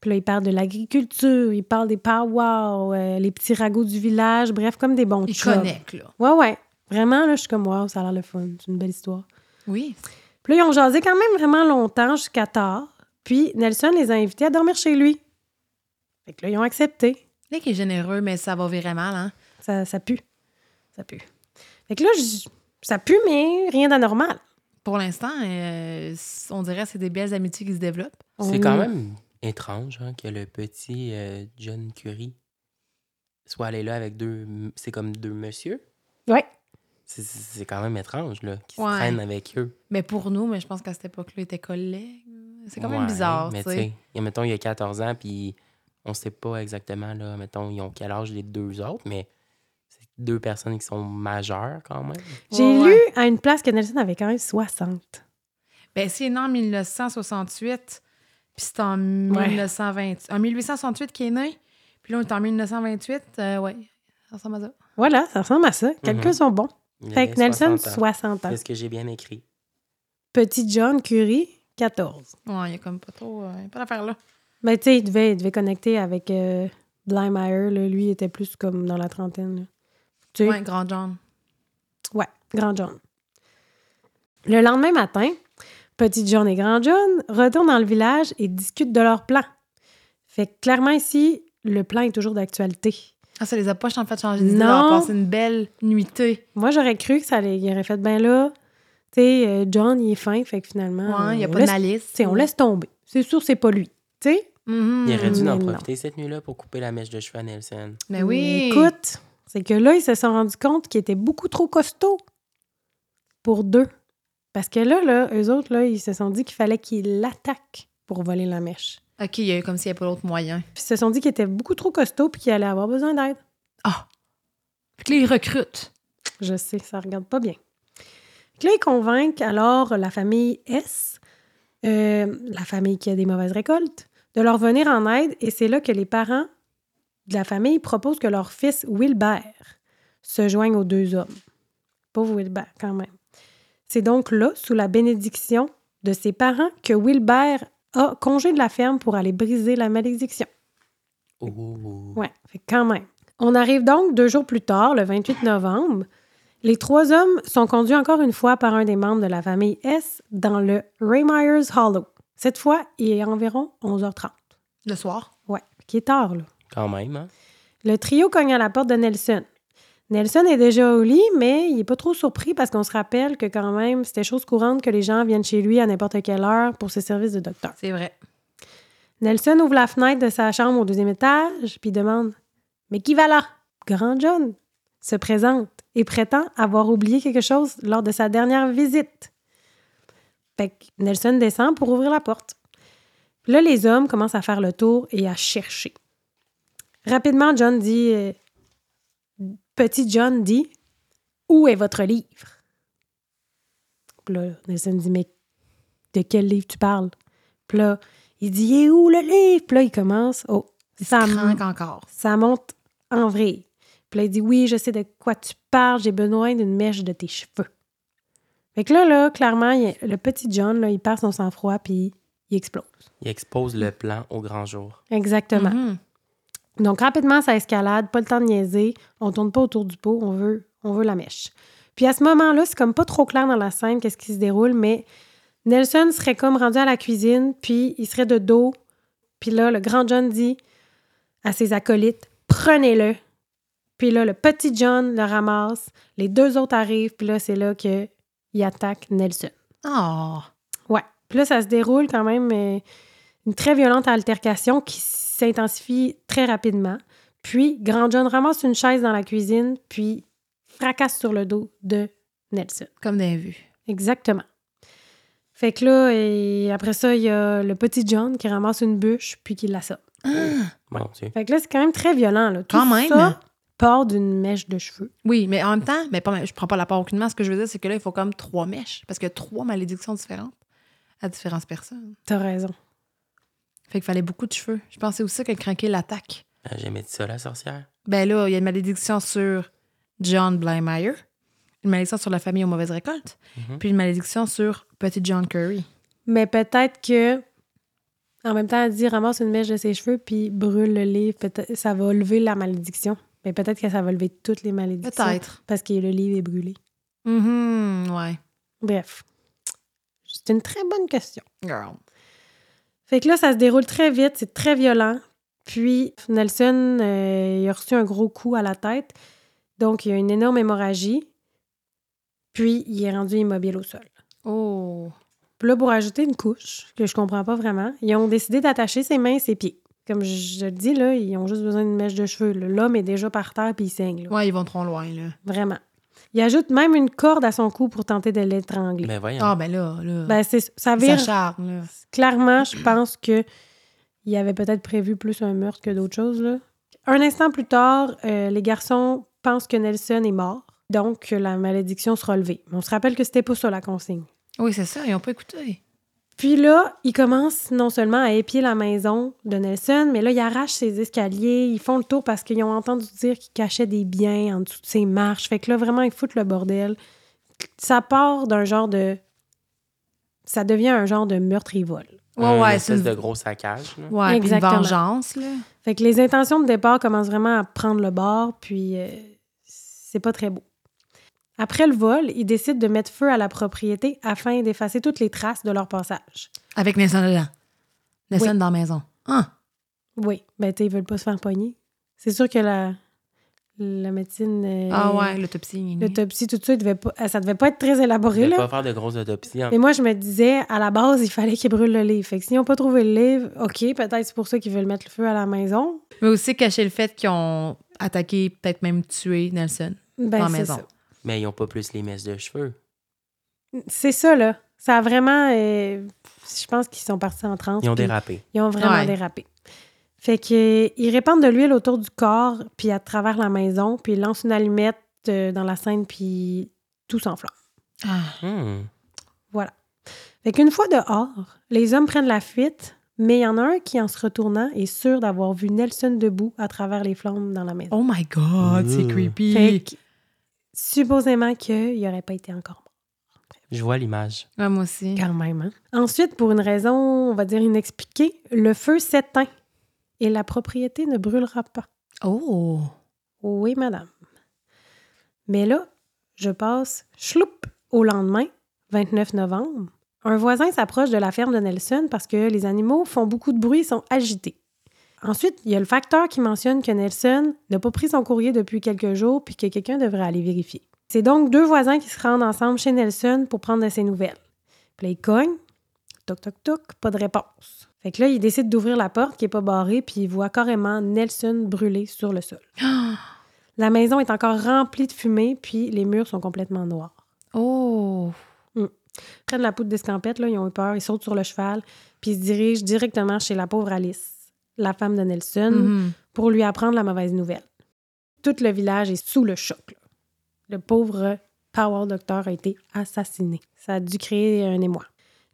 Speaker 2: Puis là, ils parlent de l'agriculture, ils parlent des powwows, euh, les petits ragots du village, bref, comme des bons
Speaker 3: Il
Speaker 2: chums.
Speaker 3: connecte, là.
Speaker 2: Ouais, ouais. Vraiment, là, je suis comme, wow, ça a l'air le fun. C'est une belle histoire.
Speaker 3: Oui.
Speaker 2: Puis là, ils ont jasé quand même vraiment longtemps, jusqu'à tard. Puis Nelson les a invités à dormir chez lui. Fait que là, ils ont accepté.
Speaker 3: Là, qu'il est généreux, mais ça va virer mal, hein?
Speaker 2: Ça, ça pue. Ça pue. Fait que là, je- ça pue, mais rien d'anormal.
Speaker 3: Pour l'instant, euh, on dirait que c'est des belles amitiés qui se développent.
Speaker 2: On-
Speaker 4: C'est quand même étrange hein, que le petit euh, John Curry soit allé là avec deux. m- C'est comme deux messieurs.
Speaker 2: Ouais.
Speaker 4: C'est- C'est c'est quand même étrange, là, qu'ils
Speaker 3: Ouais.
Speaker 4: se traînent avec eux.
Speaker 3: Mais pour nous, mais je pense qu'à cette époque-là, ils étaient collègues. C'est quand même
Speaker 4: Ouais,
Speaker 3: bizarre, tu
Speaker 4: Mais
Speaker 3: sais.
Speaker 4: et mettons, il y a 14 ans, puis on sait pas exactement, là, mettons, ils ont quel âge les deux autres, mais deux personnes qui sont majeures quand même.
Speaker 2: J'ai
Speaker 3: Ouais,
Speaker 2: lu
Speaker 3: ouais.
Speaker 2: à une place que Nelson avait quand même 60.
Speaker 3: Ben, c'est né en 1968, puis c'est en,
Speaker 2: Ouais.
Speaker 3: 1920, en 1868 qu'il est né, puis là, on est en 1928. euh, ouais, ça ressemble à ça.
Speaker 2: Voilà, ça ressemble à ça. Quelques
Speaker 4: Mhm.
Speaker 2: sont bons.
Speaker 4: Il
Speaker 2: Fait
Speaker 4: avait
Speaker 2: que Nelson,
Speaker 4: 60 ans.
Speaker 2: 60 ans.
Speaker 4: C'est ce que j'ai bien écrit.
Speaker 2: Petit John Curie, 14.
Speaker 3: Ouais, il y a comme pas trop. euh, pas d'affaire là.
Speaker 2: Ben, tu sais, il devait, il devait connecter avec euh, Blymeyer. là. Lui, il était plus comme dans la trentaine. là. Tu sais,
Speaker 3: Ouais, grand John.
Speaker 2: Ouais, Grand John. Le lendemain matin, Petit John et Grand John retournent dans le village et discutent de leur plan. Fait que clairement ici, le plan est toujours d'actualité.
Speaker 3: Ah, ça les a pas en fait changé d'idée.
Speaker 2: Non.
Speaker 3: On passé une belle nuitée.
Speaker 2: Moi, j'aurais cru que ça allait, il aurait fait ben là, tu sais, euh, John, il est fin, fait que finalement,
Speaker 3: Ouais, il n'y a
Speaker 2: Ah, on
Speaker 3: pas de
Speaker 2: laisse-
Speaker 3: malice.
Speaker 2: tu sais, on laisse tomber. C'est sûr, c'est pas lui, tu sais.
Speaker 3: Mhm.
Speaker 4: Il aurait dû en
Speaker 2: mais non.
Speaker 4: profiter cette nuit-là pour couper la mèche de cheveux à Nelson.
Speaker 3: Mais oui.
Speaker 2: Mais écoute, c'est que là, ils se sont rendus compte qu'ils étaient beaucoup trop costauds pour deux. Parce que là, là, eux autres, là, ils se sont dit qu'il fallait qu'ils l'attaquent pour voler la mèche.
Speaker 3: OK, il y a eu comme s'il n'y avait pas d'autre moyen.
Speaker 2: Puis ils se sont dit qu'ils étaient beaucoup trop costauds puis qu'ils allaient avoir besoin d'aide.
Speaker 3: Ah! Puis que là, ils recrutent.
Speaker 2: Je sais, ça regarde pas bien. Fait que Là, ils convainquent alors la famille S, euh, la famille qui a des mauvaises récoltes, de leur venir en aide et c'est là que les parents de la famille proposent que leur fils Wilbert se joigne aux deux hommes. Pauvre Wilbert, quand même. C'est donc là, sous la bénédiction de ses parents, que Wilbert a congé de la ferme pour aller briser la malédiction.
Speaker 4: Oh.
Speaker 2: Ouais, fait que quand même. On arrive donc deux jours plus tard, le 28 novembre. Les trois hommes sont conduits encore une fois par un des membres de la famille S dans le Ray Myers Hollow. Cette fois, il est environ 11h30.
Speaker 3: Le soir.
Speaker 2: Ouais, qui est tard, là.
Speaker 4: Quand même, hein?
Speaker 2: Le trio cogne à la porte de Nelson. Nelson est déjà au lit, mais il n'est pas trop surpris parce qu'on se rappelle que quand même, c'était chose courante que les gens viennent chez lui à n'importe quelle heure pour ses services de docteur.
Speaker 3: C'est vrai.
Speaker 2: Nelson ouvre la fenêtre de sa chambre au deuxième étage, puis demande Mais qui va là Grand John se présente et prétend avoir oublié quelque chose lors de sa dernière visite. Fait que Nelson descend pour ouvrir la porte. Puis là, les hommes commencent à faire le tour et à chercher. Rapidement, John dit euh, Petit John dit Où est votre livre Puis là, Nelson dit Mais de quel livre tu parles Puis là, il dit, il est où le livre? Puis là, il commence. Oh, ça, m-
Speaker 3: Crank encore.
Speaker 2: ça monte en vrille. Puis là, il dit, oui, je sais de quoi tu parles, j'ai besoin d'une mèche de tes cheveux. Fait que là, là, clairement, il- le petit John, là, il perd son sang-froid, puis il explose.
Speaker 4: Il expose le plan au grand jour.
Speaker 2: Exactement.
Speaker 3: Mhm.
Speaker 2: Donc, rapidement, ça escalade, pas le temps de niaiser, on tourne pas autour du pot, on veut, on veut la mèche. Puis à ce moment-là, c'est comme pas trop clair dans la scène qu'est-ce qui se déroule, mais Nelson serait comme rendu à la cuisine, puis il serait de dos, puis là, le grand John dit à ses acolytes prenez-le. Puis là, le petit John le ramasse, les deux autres arrivent, puis là, c'est là que il attaque Nelson.
Speaker 3: Ah!
Speaker 2: Ouais. Puis là, ça se déroule quand même euh, une très violente altercation qui s'intensifie très rapidement. Puis, Grand John ramasse une chaise dans la cuisine, puis fracasse sur le dos de Nelson.
Speaker 3: comme d'un vu.
Speaker 2: Exactement. Fait que là, et après ça, il y a le petit John qui ramasse une bûche, puis qui l'assomme.
Speaker 4: Mon Dieu.
Speaker 2: Fait que là, c'est quand même très violent. Là. Tout
Speaker 3: Quand même.
Speaker 2: ça part d'une mèche de cheveux.
Speaker 3: Oui, mais en même temps, mais pas, je prends pas la part aucunement. Ce que je veux dire, c'est que là, il faut comme trois mèches parce qu'il y a trois malédictions différentes à différentes personnes.
Speaker 2: T'as raison.
Speaker 3: Fait qu'il fallait beaucoup de cheveux. Je pensais aussi que craquer l'attaque.
Speaker 4: Ah, J'aimais ça, la sorcière.
Speaker 3: Ben là, il y a une malédiction sur John Blymeyer, une malédiction sur la famille aux mauvaises récoltes,
Speaker 4: Mhm.
Speaker 3: puis une malédiction sur petit John Curry.
Speaker 2: Mais peut-être que, en même temps, elle dit ramasse une mèche de ses cheveux puis brûle le livre. Peut-être ça va lever la malédiction. Mais peut-être que ça va lever toutes les malédictions.
Speaker 3: Peut-être.
Speaker 2: Parce que le livre est brûlé.
Speaker 3: Mhm, ouais.
Speaker 2: Bref. C'est une très bonne question.
Speaker 3: Girl.
Speaker 2: Fait que là, ça se déroule très vite, c'est très violent. Puis Nelson, euh, il a reçu un gros coup à la tête. Donc, il y a une énorme hémorragie. Puis, il est rendu immobile au sol.
Speaker 3: Oh.
Speaker 2: Puis là, pour ajouter une couche que je comprends pas vraiment, ils ont décidé d'attacher ses mains et ses pieds. Comme je, je le dis, là, ils ont juste besoin d'une mèche de cheveux. là. L'homme est déjà par terre puis il saigne. là.
Speaker 3: Ouais, ils vont trop loin, là.
Speaker 2: Vraiment. Il ajoute même une corde à son cou pour tenter de l'étrangler.
Speaker 4: Ben voyons.
Speaker 3: Ah, ben là, là.
Speaker 2: Ben, c'est ça
Speaker 3: ça
Speaker 2: vire.
Speaker 3: charme, là.
Speaker 2: Clairement, je pense que il avait peut-être prévu plus un meurtre que d'autres choses. là. Un instant plus tard, euh, les garçons pense que Nelson est mort, donc que la malédiction sera levée. Mais on se rappelle que c'était pas ça la consigne.
Speaker 3: Oui, c'est ça, ils n'ont pas écouté.
Speaker 2: Puis là, il commence non seulement à épier la maison de Nelson, mais là, il arrache ses escaliers, ils font le tour parce qu'ils ont entendu dire qu'il cachait des biens en dessous de ses marches. Fait que là, vraiment, ils foutent le bordel. Ça part d'un genre de. Ça devient un genre de meurtre et vol.
Speaker 3: Ouais, ouais, c'est
Speaker 4: espèce
Speaker 3: une...
Speaker 4: de gros saccage. là.
Speaker 3: ouais, puis une
Speaker 2: Exactement.
Speaker 3: vengeance, là.
Speaker 2: Fait que les intentions de départ commencent vraiment à prendre le bord, puis euh, c'est pas très beau. Après le vol, ils décident de mettre feu à la propriété afin d'effacer toutes les traces de leur passage.
Speaker 3: Avec Nelson dedans. Nelson dans la maison. Ah!
Speaker 2: Oui, ben tu sais, ils veulent pas se faire pogner. C'est sûr que la, la médecine, euh,
Speaker 3: Ah ouais, l'autopsie. gna, gna.
Speaker 2: l'autopsie, tout ça, il devait pas- ça devait pas être très élaboré.
Speaker 4: Il ne
Speaker 2: Là.
Speaker 4: pas faire de grosses autopsies. hein. en-
Speaker 2: Mais moi, je me disais, à la base, il fallait qu'ils brûlent le livre. Fait que s'ils n'ont pas trouvé le livre, OK, peut-être c'est pour ça qu'ils veulent mettre le feu à la maison.
Speaker 3: Mais aussi cacher le fait qu'ils ont attaqué, peut-être même tué Nelson
Speaker 2: Ben,
Speaker 3: dans la
Speaker 2: c'est
Speaker 3: maison.
Speaker 2: ça.
Speaker 4: Mais ils n'ont pas plus les messes de cheveux.
Speaker 2: C'est ça, là. Ça a vraiment. euh, je pense qu'ils sont partis en transe.
Speaker 4: Ils ont
Speaker 2: puis
Speaker 4: dérapé.
Speaker 2: Ils ont vraiment
Speaker 3: Ouais.
Speaker 2: dérapé. Fait que, euh, ils répandent de l'huile autour du corps, puis à travers la maison, puis ils lancent une allumette euh, dans la scène, puis tout s'enflamme.
Speaker 3: Ah,
Speaker 4: Hmm.
Speaker 2: Voilà. Fait qu'une fois dehors, les hommes prennent la fuite, mais il y en a un qui, en se retournant, est sûr d'avoir vu Nelson debout à travers les flammes dans la maison.
Speaker 3: Oh my God, c'est
Speaker 4: Ouh.
Speaker 3: creepy.
Speaker 2: Fait que, supposément qu'il n'aurait pas été encore mort.
Speaker 4: Je vois l'image.
Speaker 3: Ouais, moi aussi.
Speaker 2: Quand même, hein? Ensuite, pour une raison, on va dire inexpliquée, le feu s'éteint et la propriété ne brûlera pas.
Speaker 3: Oh!
Speaker 2: Oui, madame. Mais là, je passe chloup au lendemain, 29 novembre. Un voisin s'approche de la ferme de Nelson parce que les animaux font beaucoup de bruit et sont agités. Ensuite, il y a le facteur qui mentionne que Nelson n'a pas pris son courrier depuis quelques jours puis que quelqu'un devrait aller vérifier. C'est donc deux voisins qui se rendent ensemble chez Nelson pour prendre de ses nouvelles. Puis là, ils cognent. Toc, toc, toc, pas de réponse. Fait que là, ils décident d'ouvrir la porte qui n'est pas barrée puis ils voient carrément Nelson brûlé sur le sol.
Speaker 3: Ah.
Speaker 2: La maison est encore remplie de fumée, puis les murs sont complètement noirs.
Speaker 3: Oh!
Speaker 2: Ils prennent la poudre d'escampette, là, ils ont eu peur, ils sautent sur le cheval, puis ils se dirigent directement chez la pauvre Alice, la femme de Nelson,
Speaker 3: Mhm.
Speaker 2: pour lui apprendre la mauvaise nouvelle. Tout le village est sous le choc. là. Le pauvre Power Doctor a été assassiné. Ça a dû créer un émoi.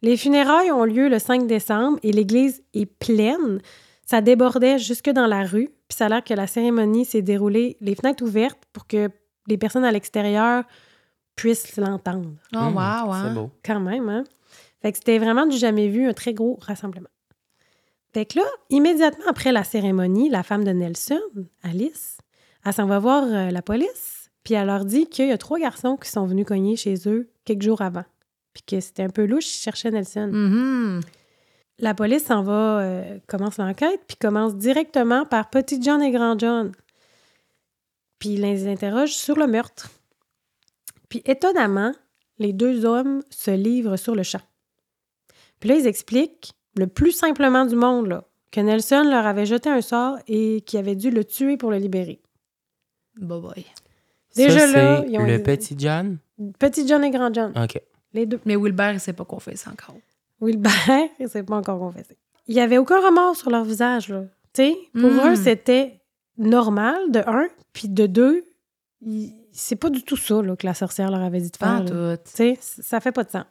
Speaker 2: Les funérailles ont lieu le 5 décembre et l'église est pleine. Ça débordait jusque dans la rue, puis ça a l'air que la cérémonie s'est déroulée les fenêtres ouvertes pour que les personnes à l'extérieur puissent l'entendre.
Speaker 3: Oh,
Speaker 4: Hmm,
Speaker 3: wow, hein.
Speaker 4: C'est beau.
Speaker 2: Quand même, hein? Fait que c'était vraiment du jamais vu, un très gros rassemblement. Fait que là, immédiatement après la cérémonie, la femme de Nelson, Alice, elle s'en va voir euh, la police, puis elle leur dit qu'il y a trois garçons qui sont venus cogner chez eux quelques jours avant, puis que c'était un peu louche, ils cherchaient Nelson.
Speaker 3: Mhm.
Speaker 2: La police s'en va, euh, commence l'enquête, puis commence directement par Petit John et Grand John. Puis ils les interrogent sur le meurtre. Puis étonnamment, les deux hommes se livrent sur le champ. Puis là, ils expliquent, le plus simplement du monde, là, que Nelson leur avait jeté un sort et qu'il avait dû le tuer pour le libérer.
Speaker 3: Bye bye.
Speaker 2: Déjà
Speaker 4: Ça,
Speaker 2: là,
Speaker 4: c'est
Speaker 2: ils ont
Speaker 4: le
Speaker 2: dit-
Speaker 4: petit John.
Speaker 2: Petit John et Grand John,
Speaker 4: OK.
Speaker 2: les deux.
Speaker 3: Mais Wilbert, il sait pas qu'on fait ça encore.
Speaker 2: Wilbert, il s'est pas encore confessé. Il n'y avait aucun remords sur leur visage, là. Tu sais, pour
Speaker 3: Mm.
Speaker 2: eux, c'était normal, de un, puis de deux, ils- c'est pas du tout ça là, que la sorcière leur avait dit de faire.
Speaker 3: Pas
Speaker 2: là.
Speaker 3: tout.
Speaker 2: Tu sais, c- ça fait pas de sens.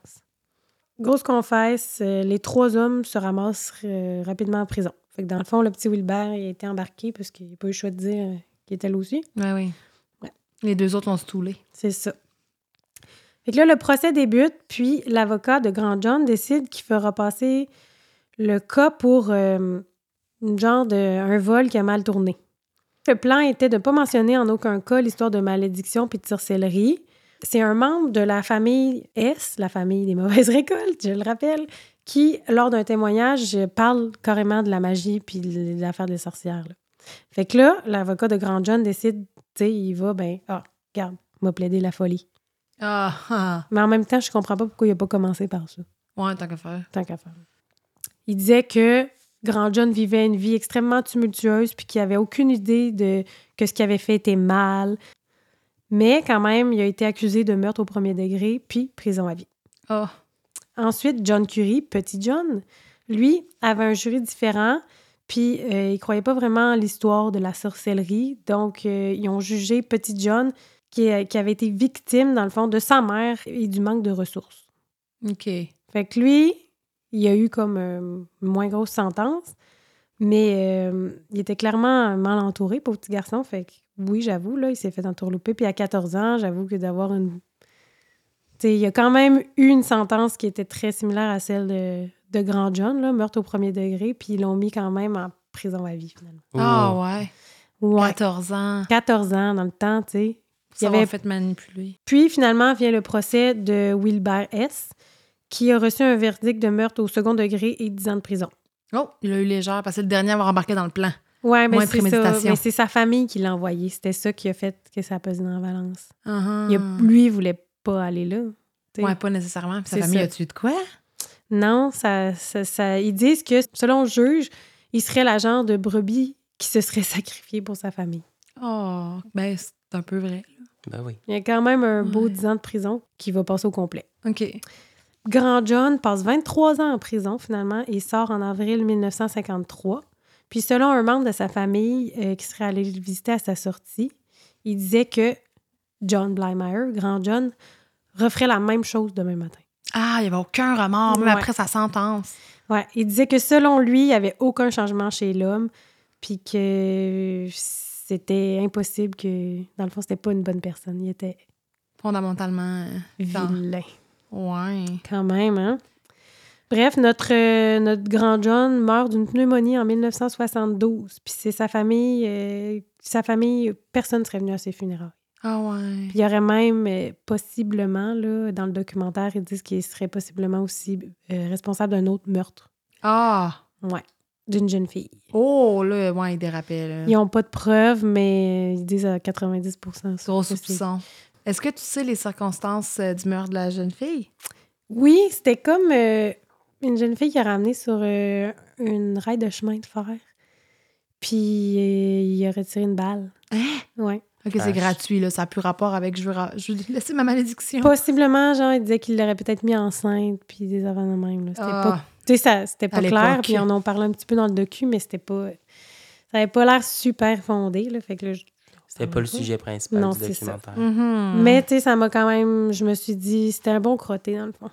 Speaker 2: Grosse confesse, euh, les trois hommes se ramassent euh, rapidement en prison. Fait que dans le fond, le petit Wilbert, il a été embarqué parce qu'il n'a pas eu le choix de dire euh, qu'il était là aussi.
Speaker 3: Ouais, oui.
Speaker 2: Ouais.
Speaker 3: Les deux autres l'ont stoulé.
Speaker 2: C'est ça. Fait que là, le procès débute, puis l'avocat de Grand John décide qu'il fera passer le cas pour euh, une genre de un vol qui a mal tourné. Le plan était de ne pas mentionner en aucun cas l'histoire de malédiction puis de sorcellerie. C'est un membre de la famille S, la famille des mauvaises récoltes, je le rappelle, qui, lors d'un témoignage, parle carrément de la magie puis de l'affaire des sorcières. là. Fait que là, l'avocat de Grand John décide, tu sais, il va, ben, ah, regarde, m'a plaidé la folie.
Speaker 3: Ah, ah.
Speaker 2: Mais en même temps, je comprends pas pourquoi il a pas commencé par ça,
Speaker 3: Ouais, tant qu'à faire.
Speaker 2: tant qu'à faire. Il disait que Grand John vivait une vie extrêmement tumultueuse puis qu'il avait aucune idée de que ce qu'il avait fait était mal. Mais quand même, il a été accusé de meurtre au premier degré puis prison à vie.
Speaker 3: Ah.
Speaker 2: Ensuite, John Curie, petit John, lui, avait un jury différent, Puis, euh, ils croyaient pas vraiment à l'histoire de la sorcellerie. Donc, euh, ils ont jugé Petit John, qui, euh, qui avait été victime, dans le fond, de sa mère et du manque de ressources.
Speaker 3: OK.
Speaker 2: Fait que lui, il a eu comme euh, une moins grosse sentence, mais euh, il était clairement mal entouré, pauvre petit garçon. Fait que oui, j'avoue, là, il s'est fait entourlouper. Puis à 14 ans, j'avoue que d'avoir une. Tu sais, il a quand même eu une sentence qui était très similaire à celle de, de Grand John, là, meurtre au premier degré, puis ils l'ont mis quand même en prison à vie, finalement.
Speaker 3: Ah
Speaker 4: Ouh.
Speaker 3: ouais.
Speaker 2: Ouais.
Speaker 3: 14 ans.
Speaker 2: 14 ans dans le temps, tu sais.
Speaker 3: Il
Speaker 2: Il avait-
Speaker 3: avait fait manipuler.
Speaker 2: Puis finalement vient le procès de Wilbur S., qui a reçu un verdict de meurtre au second degré et 10 ans de prison.
Speaker 3: Oh, il a eu légère parce que c'est le dernier à avoir embarqué dans le plan.
Speaker 2: Ouais, mais
Speaker 3: Moins de
Speaker 2: c'est ça.
Speaker 3: préméditation.
Speaker 2: Mais c'est sa famille qui l'a envoyé. C'était ça qui a fait que ça a pesé dans la balance.
Speaker 3: Ah, ah.
Speaker 2: Il a- lui, il voulait pas aller là. t'sais.
Speaker 3: Ouais, pas nécessairement. Puis sa
Speaker 2: C'est
Speaker 3: famille
Speaker 2: ça.
Speaker 3: a tué de quoi?
Speaker 2: Non, ça, ça- ça- ils disent que, selon le juge, il serait la genre de brebis qui se serait sacrifiée pour sa famille.
Speaker 3: Oh, ben c'est un peu vrai.
Speaker 4: Ben oui.
Speaker 2: Il y a quand même un beau
Speaker 3: Ouais.
Speaker 2: 10 ans de prison qui va passer au complet.
Speaker 3: OK.
Speaker 2: Grand John passe 23 ans en prison finalement et sort en avril 1953. Puis selon un membre de sa famille euh, qui serait allé le visiter à sa sortie, il disait que John Blymeyer, Grand John, referait la même chose demain matin.
Speaker 3: Ah, il n'y avait aucun remords, même
Speaker 2: Ouais.
Speaker 3: après sa sentence.
Speaker 2: Ouais, il disait que selon lui, il n'y avait aucun changement chez l'homme, puis que c'était impossible que, dans le fond, c'était pas une bonne personne. Il était
Speaker 3: Fondamentalement. euh, Dans-
Speaker 2: vilain.
Speaker 3: Ouais.
Speaker 2: Quand même, hein? Bref, notre, euh, notre grand John meurt d'une pneumonie en 1972. Puis c'est sa famille, euh, sa famille, personne ne serait venu à ses funérailles.
Speaker 3: Ah ouais.
Speaker 2: Puis il y aurait même euh, possiblement, là, dans le documentaire, ils disent qu'il serait possiblement aussi euh, responsable d'un autre meurtre
Speaker 3: Ah!
Speaker 2: d'une jeune fille.
Speaker 3: Oh là, ouais, il dérapait là.
Speaker 2: Ils n'ont pas de preuves, mais euh, ils disent à 90 c'est
Speaker 3: Gros
Speaker 2: possible.
Speaker 3: soupçon. Est-ce que tu sais les circonstances euh, du meurtre de la jeune fille?
Speaker 2: Oui, c'était comme euh, une jeune fille qui a ramené sur euh, une rail de chemin de fer. Puis euh, il a retiré une balle.
Speaker 3: Hein?
Speaker 2: Ouais.
Speaker 3: Ok, c'est
Speaker 4: Vache.
Speaker 3: gratuit, là. Ça n'a plus rapport avec je veux, ra- je veux laisser ma malédiction.
Speaker 2: Possiblement, genre, il disait qu'il l'aurait peut-être mis enceinte, puis des affaires de même. là. C'était
Speaker 3: Ah,
Speaker 2: pas, tu sais, ça- c'était pas
Speaker 3: À
Speaker 2: clair,
Speaker 3: l'époque.
Speaker 2: puis on en parlait un petit peu dans le docu, mais c'était pas. Ça avait pas l'air super fondé, là. Fait que là, je-
Speaker 4: C'était pas le sujet principal
Speaker 2: Ah, Non,
Speaker 4: du
Speaker 2: c'est ça. Hmm.
Speaker 4: documentaire.
Speaker 3: mhm.
Speaker 2: Mais tu sais, ça m'a quand même. Je me suis dit, c'était un bon crotté dans le fond.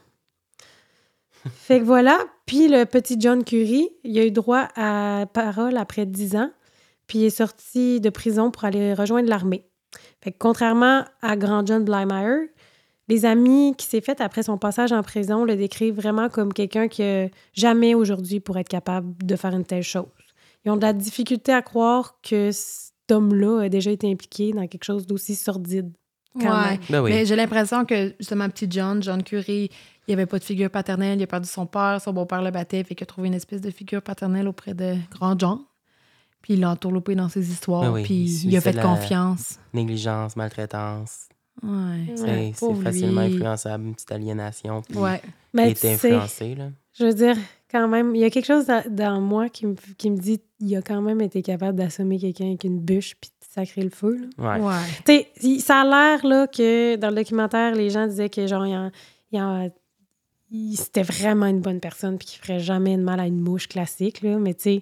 Speaker 2: fait que voilà. Puis le petit John Curie, il a eu droit à parole après 10 ans. Puis il est sorti de prison pour aller rejoindre l'armée. Fait que contrairement à Grand John Blymeyer, les amis qui s'est fait après son passage en prison le décrivent vraiment comme quelqu'un qui a jamais aujourd'hui pour être capable de faire une telle chose. Ils ont de la difficulté à croire que cet homme-là a déjà été impliqué dans quelque chose d'aussi sordide. quand
Speaker 3: Ouais.
Speaker 2: même.
Speaker 4: Ben oui.
Speaker 3: Mais j'ai l'impression que justement, petit John, John Curie, il n'y avait pas de figure paternelle, il a perdu son père, son beau-père le battait, fait qu'il a trouvé une espèce de figure paternelle auprès de grand John. Puis il l'a entourloupé dans ses histoires,
Speaker 4: Ben oui,
Speaker 3: puis
Speaker 4: il
Speaker 3: il a
Speaker 4: suivait
Speaker 3: fait
Speaker 4: la-
Speaker 3: confiance.
Speaker 4: Négligence, maltraitance.
Speaker 3: Ouais.
Speaker 4: tu sais,
Speaker 2: Ouais,
Speaker 4: c'est
Speaker 3: pauvre
Speaker 4: facilement
Speaker 3: lui.
Speaker 4: influençable, une petite aliénation. Puis
Speaker 3: Ouais.
Speaker 4: Il
Speaker 2: Mais
Speaker 4: est
Speaker 2: tu sais,
Speaker 4: influencé, là.
Speaker 2: je veux dire, quand même, il y a quelque chose dans, dans moi qui me, qui me dit il a quand même été capable d'assommer quelqu'un avec une bûche puis de sacrer le feu. là.
Speaker 4: Ouais.
Speaker 3: Ouais.
Speaker 2: Tu sais, il- ça a l'air là, que dans le documentaire, les gens disaient que genre, il, en- il en- il- c'était vraiment une bonne personne puis qu'il ferait jamais de mal à une mouche classique. Là, mais tu sais,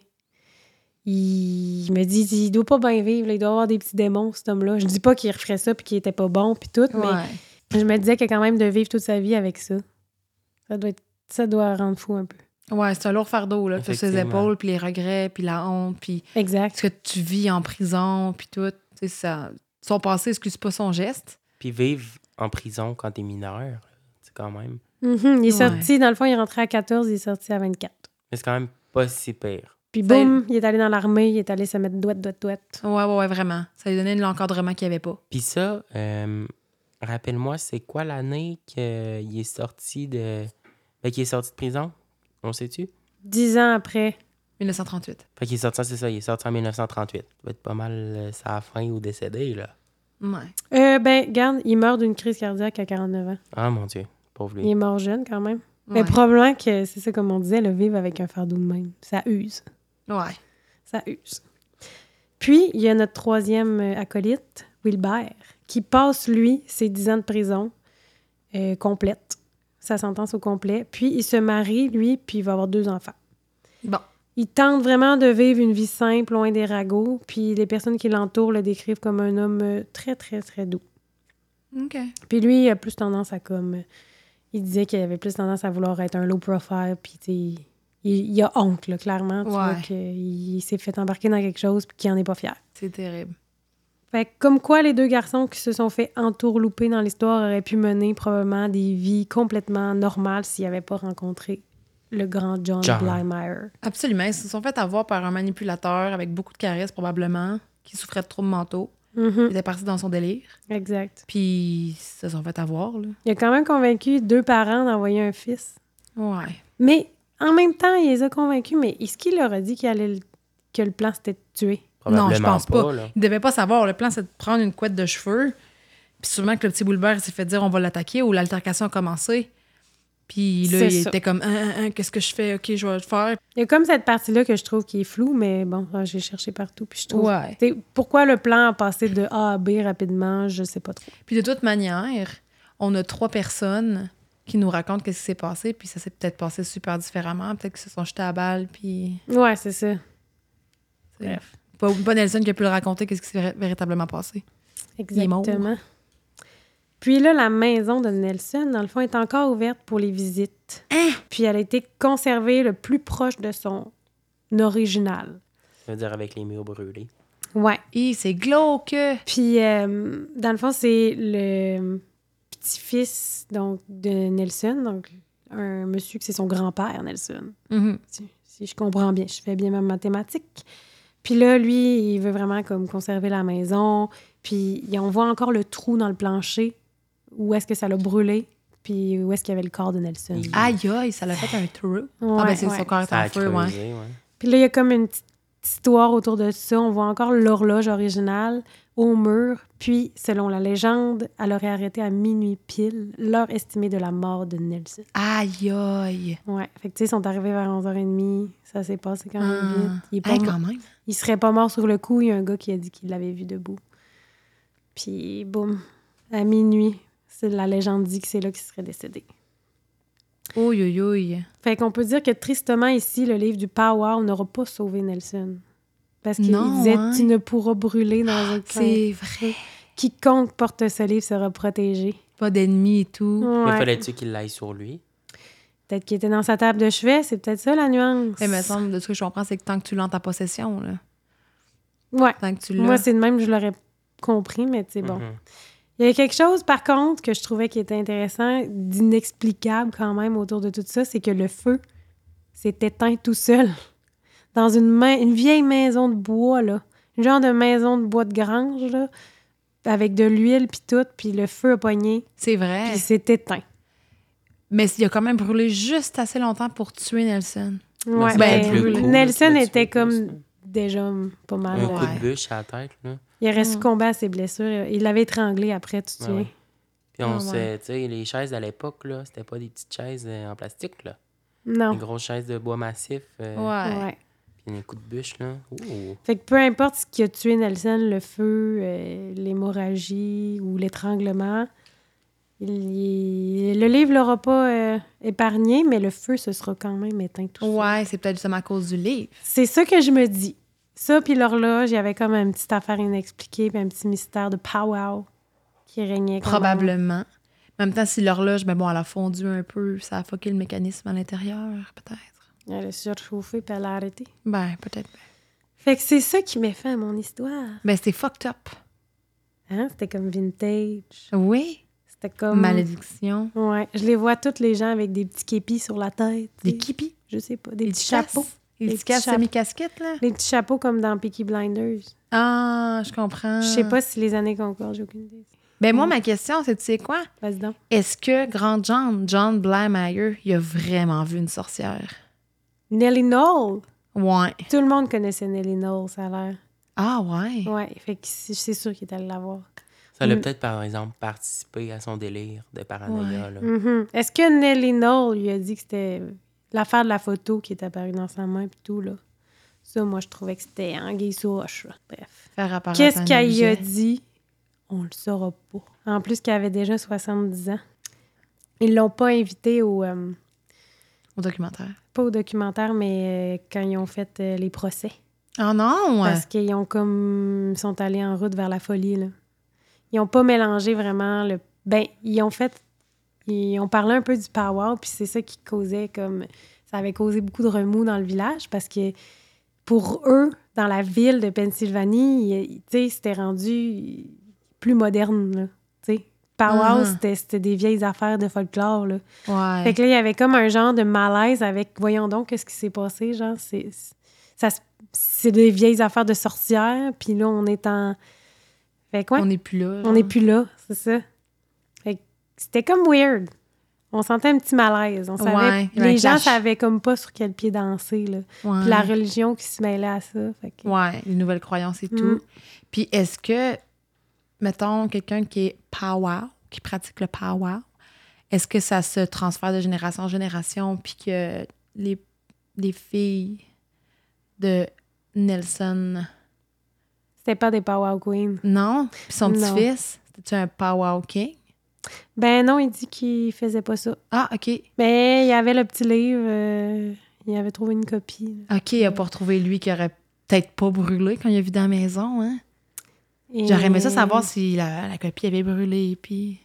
Speaker 2: il, il me dit il doit pas bien vivre, là, il doit avoir des petits démons, cet homme-là. Je dis pas qu'il referait ça puis qu'il était pas bon puis tout, mais
Speaker 3: Ouais.
Speaker 2: Je me disais que quand même de vivre toute sa vie avec ça, ça doit, être- ça doit rendre fou un peu.
Speaker 3: Ouais, c'est un lourd fardeau, là, sur ses
Speaker 4: Effectivement.
Speaker 3: épaules, puis les regrets, puis la honte, puis ce
Speaker 2: Exact.
Speaker 3: que tu vis en prison, puis tout. Tu sais, ça... Son passé excuse pas son geste.
Speaker 4: Puis vivre en prison quand t'es mineur, c'est quand même.
Speaker 2: Mm-hmm. Il est
Speaker 3: Ouais.
Speaker 2: sorti, dans le fond, il est rentré à 14, il est sorti à 24.
Speaker 4: Mais c'est quand même pas si pire.
Speaker 2: Puis
Speaker 3: Ça y est.
Speaker 2: boum, il est allé dans l'armée, il est allé se mettre douette, douette, douette.
Speaker 3: Ouais, ouais, ouais, vraiment. Ça lui donnait l'encadrement qu'il n'y avait pas.
Speaker 4: Puis ça, euh, rappelle-moi, c'est quoi l'année qu'il est sorti de. Ben, qu'il est sorti de prison? On sait-tu?
Speaker 2: Dix ans après.
Speaker 3: 1938.
Speaker 4: Fait qu'il est sorti, c'est ça, il est sorti en 1938. Ça doit être pas mal euh, sa fin ou décédé, là.
Speaker 3: Ouais.
Speaker 2: Euh, ben, garde, il meurt d'une crise cardiaque à 49 ans.
Speaker 4: Ah, mon Dieu. Pauvre
Speaker 2: Il
Speaker 4: lui.
Speaker 2: est mort jeune quand même.
Speaker 3: Ouais.
Speaker 2: Mais probablement que c'est ça, comme on disait, le vivre avec un fardeau de même. Ça use.
Speaker 3: Ouais.
Speaker 2: Ça use. Puis, il y a notre troisième euh, acolyte, Wilbert, qui passe, lui, ses 10 ans de prison euh, complète, sa sentence au complet. Puis, il se marie, lui, puis il va avoir deux enfants.
Speaker 3: Bon.
Speaker 2: Il tente vraiment de vivre une vie simple, loin des ragots, puis les personnes qui l'entourent le décrivent comme un homme euh, très, très, très doux.
Speaker 3: OK.
Speaker 2: Puis lui, il a plus tendance à comme. Il disait qu'il avait plus tendance à vouloir être un low profile, puis tu sais, il, il a honte, là, clairement. Tu vois
Speaker 3: Ouais.
Speaker 2: qu'il s'est fait embarquer dans quelque chose, puis qu'il en est pas fier.
Speaker 3: C'est terrible.
Speaker 2: Fait que comme quoi, les deux garçons qui se sont fait entourlouper dans l'histoire auraient pu mener probablement des vies complètement normales s'ils n'avaient pas rencontré le grand John,
Speaker 4: John.
Speaker 2: Blymeyer.
Speaker 3: Absolument. Ils se sont fait avoir par un manipulateur avec beaucoup de caresses, probablement, qui souffrait de troubles mentaux.
Speaker 2: Mhm,
Speaker 3: Il était parti dans son délire.
Speaker 2: Exact.
Speaker 3: Puis, ils se sont fait avoir, là.
Speaker 2: Il a quand même convaincu deux parents d'envoyer un fils.
Speaker 3: Ouais.
Speaker 2: Mais en même temps, il les a convaincus, mais est-ce qu'il leur a dit qu'il allait le- que le plan c'était de tuer?
Speaker 4: Probablement
Speaker 3: Non, je pense pas.
Speaker 4: là.
Speaker 3: Ils devaient pas savoir. Le plan, c'est de prendre une couette de cheveux. Puis, sûrement que le petit Boulbert s'est fait dire on va l'attaquer ou l'altercation a commencé. Puis là,
Speaker 2: C'est
Speaker 3: il
Speaker 2: ça.
Speaker 3: était comme Hein, hein, hein, qu'est-ce que je fais? Ok, je vais le faire.
Speaker 2: Il y a comme cette partie-là que je trouve qui est floue, mais bon, ah, j'ai cherché partout, puis je trouve.
Speaker 3: Ouais.
Speaker 2: Tu sais, Pourquoi le plan a passé de A à B rapidement, je sais pas trop.
Speaker 3: Puis de toute manière, on a trois personnes qui nous racontent qu'est-ce qui s'est passé, puis ça s'est peut-être passé super différemment. Peut-être qu'ils se sont jetés à balle, puis
Speaker 2: Ouais, c'est ça.
Speaker 3: c'est- pas, pas Nelson qui a pu le raconter qu'est-ce qui s'est vrai- véritablement passé. est mort.
Speaker 2: Exactement. Puis là, la maison de Nelson, dans le fond, est encore ouverte pour les visites. Puis elle a été conservée le plus proche de son original.
Speaker 4: Ça veut dire avec les murs brûlés.
Speaker 2: Ouais.
Speaker 3: Et c'est glauque!
Speaker 2: Puis, euh, dans le fond, c'est le petit-fils donc, de Nelson, donc un monsieur que c'est son grand-père, Nelson,
Speaker 3: Mhm.
Speaker 2: si, si je comprends bien, je fais bien ma mathématique. Puis là, lui, il veut vraiment comme conserver la maison. Puis il- on voit encore le trou dans le plancher, où est-ce que ça l'a brûlé, puis où est-ce qu'il y avait le corps de Nelson.
Speaker 4: Il-
Speaker 3: Aïe aïe, ça l'a fait un trou. ah
Speaker 2: Ouais,
Speaker 3: ben c'est
Speaker 2: ouais.
Speaker 3: son corps est
Speaker 4: Ça
Speaker 3: en
Speaker 4: a
Speaker 3: feu,
Speaker 4: creusé,
Speaker 3: ouais.
Speaker 4: ouais.
Speaker 2: Puis là, il y a comme une petite histoire autour de ça. On voit encore l'horloge originale au mur. Puis, selon la légende, elle aurait arrêté à minuit pile, l'heure estimée de la mort de Nelson.
Speaker 3: Aïe aïe!
Speaker 2: Ouais. Fait que, tu sais, ils sont arrivés vers 11h30. Ça s'est passé quand même
Speaker 3: Ah.
Speaker 2: vite. Il, est pas
Speaker 3: Hey,
Speaker 2: mo-
Speaker 3: quand même.
Speaker 2: il serait pas mort sur le coup. Il y a un gars qui a dit qu'il l'avait vu debout. Puis, boum, à minuit, c'est la légende dit que c'est là qu'il serait décédé.
Speaker 3: Ouille ouille ouille.
Speaker 2: Fait qu'on peut dire que tristement ici, le livre du Power n'aura pas sauvé Nelson. Parce qu'il
Speaker 3: Non,
Speaker 2: disait
Speaker 3: hein. Ah,
Speaker 2: Tu ne pourras brûler dans un coin.
Speaker 3: C'est vrai.
Speaker 2: Quiconque porte ce livre sera protégé.
Speaker 3: Pas d'ennemis et tout.
Speaker 4: Mais
Speaker 2: Ouais.
Speaker 4: fallait-tu qu'il l'aille sur lui?
Speaker 2: Peut-être qu'il était dans sa table de chevet, c'est peut-être ça la nuance.
Speaker 3: Mais il me semble, de ce que je comprends, c'est que tant que tu l'as en ta possession, là,
Speaker 2: Ouais.
Speaker 3: tant que tu l'as.
Speaker 2: Moi, c'est de même, je l'aurais compris, mais c'est bon.
Speaker 4: Mhm.
Speaker 2: Il y a quelque chose, par contre, que je trouvais qui était intéressant, d'inexplicable quand même autour de tout ça, c'est que le feu s'est éteint tout seul dans une, main, une vieille maison de bois, là. Une genre de maison de bois de grange, là, avec de l'huile puis tout, puis le feu a pogné,
Speaker 3: C'est
Speaker 2: puis
Speaker 3: vrai.
Speaker 2: il s'est éteint.
Speaker 3: Mais il a quand même brûlé juste assez longtemps pour tuer Nelson.
Speaker 2: Ouais,
Speaker 4: c'est
Speaker 2: ben,
Speaker 3: peut-être le coup
Speaker 2: Nelson
Speaker 4: qui l'a
Speaker 2: était
Speaker 4: tué plus,
Speaker 2: comme
Speaker 4: là.
Speaker 2: déjà pas mal.
Speaker 4: Un
Speaker 2: euh,
Speaker 4: coup de
Speaker 3: Ouais.
Speaker 4: bûche à la tête, là.
Speaker 2: Il aurait
Speaker 3: Mm.
Speaker 2: succombé à ses blessures. Il l'avait étranglé après, tu te
Speaker 4: Ouais,
Speaker 2: souviens?
Speaker 4: ouais. Puis on
Speaker 3: Ah, ouais.
Speaker 4: se... Tu sais, les chaises à l'époque, là, c'était pas des petites chaises euh, en plastique, là. Des
Speaker 2: Non.
Speaker 4: grosses chaises de bois massif. euh,
Speaker 3: Ouais.
Speaker 2: Ouais.
Speaker 4: Puis un coup de bûche, là. Ouh!
Speaker 2: Fait que peu importe ce qui a tué Nelson, le feu, euh, l'hémorragie ou l'étranglement, il- il- le livre l'aura pas euh, épargné, mais le feu se sera quand même éteint tout seul.
Speaker 3: Ouais, c'est peut-être justement à cause du livre.
Speaker 2: C'est ça que je me dis. Ça, puis l'horloge, il y avait comme une petite affaire inexpliquée, puis un petit mystère de powwow qui régnait. quand même.
Speaker 3: Probablement. En même temps, si l'horloge, ben bon, elle a fondu un peu, ça a foqué le mécanisme à l'intérieur, peut-être.
Speaker 2: Elle a surchauffé, puis elle a arrêté.
Speaker 3: Ben, peut-être.
Speaker 2: Fait que c'est ça qui met fin à mon histoire.
Speaker 3: Ben, c'était fucked up.
Speaker 2: Hein? C'était comme vintage.
Speaker 3: Oui.
Speaker 2: C'était comme...
Speaker 3: Malédiction.
Speaker 2: Ouais, je les vois toutes les gens avec des petits képis sur la tête. tu
Speaker 3: Des
Speaker 2: sais.
Speaker 3: kippies.
Speaker 2: Je sais pas, des
Speaker 3: Des
Speaker 2: petits chapeaux.
Speaker 3: casses. Des
Speaker 2: Des
Speaker 3: petits
Speaker 2: petits
Speaker 3: casques
Speaker 2: chapeaux.
Speaker 3: semi-casquettes, là.
Speaker 2: Des petits chapeaux comme dans Peaky Blinders.
Speaker 3: Ah, je comprends.
Speaker 2: Je sais pas si les années concordent, j'ai aucune idée.
Speaker 3: Ben, moi, ma question, c'est, tu sais quoi?
Speaker 2: Vas-y donc.
Speaker 3: Est-ce que Grand John, John Blymeyer, il a vraiment vu une sorcière?
Speaker 2: Nellie Knoll!
Speaker 3: Ouais.
Speaker 2: Tout le monde connaissait Nellie Knoll, ça a l'air.
Speaker 3: Ah, ouais.
Speaker 2: Ouais, fait que c'est c'est sûr qu'il est allé la voir.
Speaker 4: Ça l'a
Speaker 2: Mm.
Speaker 4: peut-être, par exemple, participé à son délire de paranoïa, là.
Speaker 2: Mhm. Est-ce que Nellie Knoll lui a dit que c'était l'affaire de la photo qui est apparue dans sa main pis tout, là? Ça, moi, je trouvais que c'était anguille sous roche, là. Bref.
Speaker 3: Faire apparaître
Speaker 2: Qu'est-ce
Speaker 3: un
Speaker 2: qu'elle a
Speaker 3: objet.
Speaker 2: dit? On le saura pas. En plus, qu'elle avait déjà 70 ans. Ils l'ont pas invitée au, euh,
Speaker 3: Au au documentaire.
Speaker 2: Pas au documentaire, mais euh, quand ils ont fait euh, les procès.
Speaker 3: Ah non!
Speaker 2: Parce qu'ils ont comme. sont allés en route vers la folie, là. Ils ont pas mélangé vraiment le. Ben, ils ont fait. Ils ont parlé un peu du power, puis c'est ça qui causait comme. Ça avait causé beaucoup de remous dans le village parce que pour eux, dans la ville de Pennsylvanie, ils- tu sais, c'était rendu plus moderne, là. Tu sais, power,
Speaker 3: Mhm.
Speaker 2: c'était- c'était des vieilles affaires de folklore, là.
Speaker 3: Ouais.
Speaker 2: Fait que là, il y avait comme un genre de malaise avec voyons donc qu'est-ce qui s'est passé, genre c'est ça se- c'est des vieilles affaires de sorcières, puis là on est en fait que ouais,
Speaker 3: On n'est plus là.
Speaker 2: on
Speaker 3: genre.
Speaker 2: n'est plus là, c'est ça. Fait que c'était comme weird. On sentait un petit malaise, on savait
Speaker 3: Ouais, il y avait un
Speaker 2: les gens
Speaker 3: clash.
Speaker 2: savaient comme pas sur quel pied danser là.
Speaker 3: Ouais.
Speaker 2: Puis la religion qui se mêlait à ça, fait que
Speaker 3: Ouais, les nouvelles croyances et
Speaker 2: Mm.
Speaker 3: tout. Puis est-ce que, mettons, quelqu'un qui est power, qui pratique le power, est-ce que ça se transfère de génération en génération, puis que les, les filles de Nelson,
Speaker 2: c'était pas des power queens.
Speaker 3: non? Puis son
Speaker 2: Non.
Speaker 3: petit-fils, c'était-tu un power king?
Speaker 2: Ben non, il dit qu'il faisait pas ça.
Speaker 3: Ah, OK.
Speaker 2: Mais il y avait le petit livre, euh, il avait trouvé une copie. là.
Speaker 3: OK, il a pas retrouvé lui qui aurait peut-être pas brûlé quand il a vu dans la maison, hein?
Speaker 2: Et-
Speaker 3: J'aurais aimé ça savoir si la, la copie avait brûlé, puis...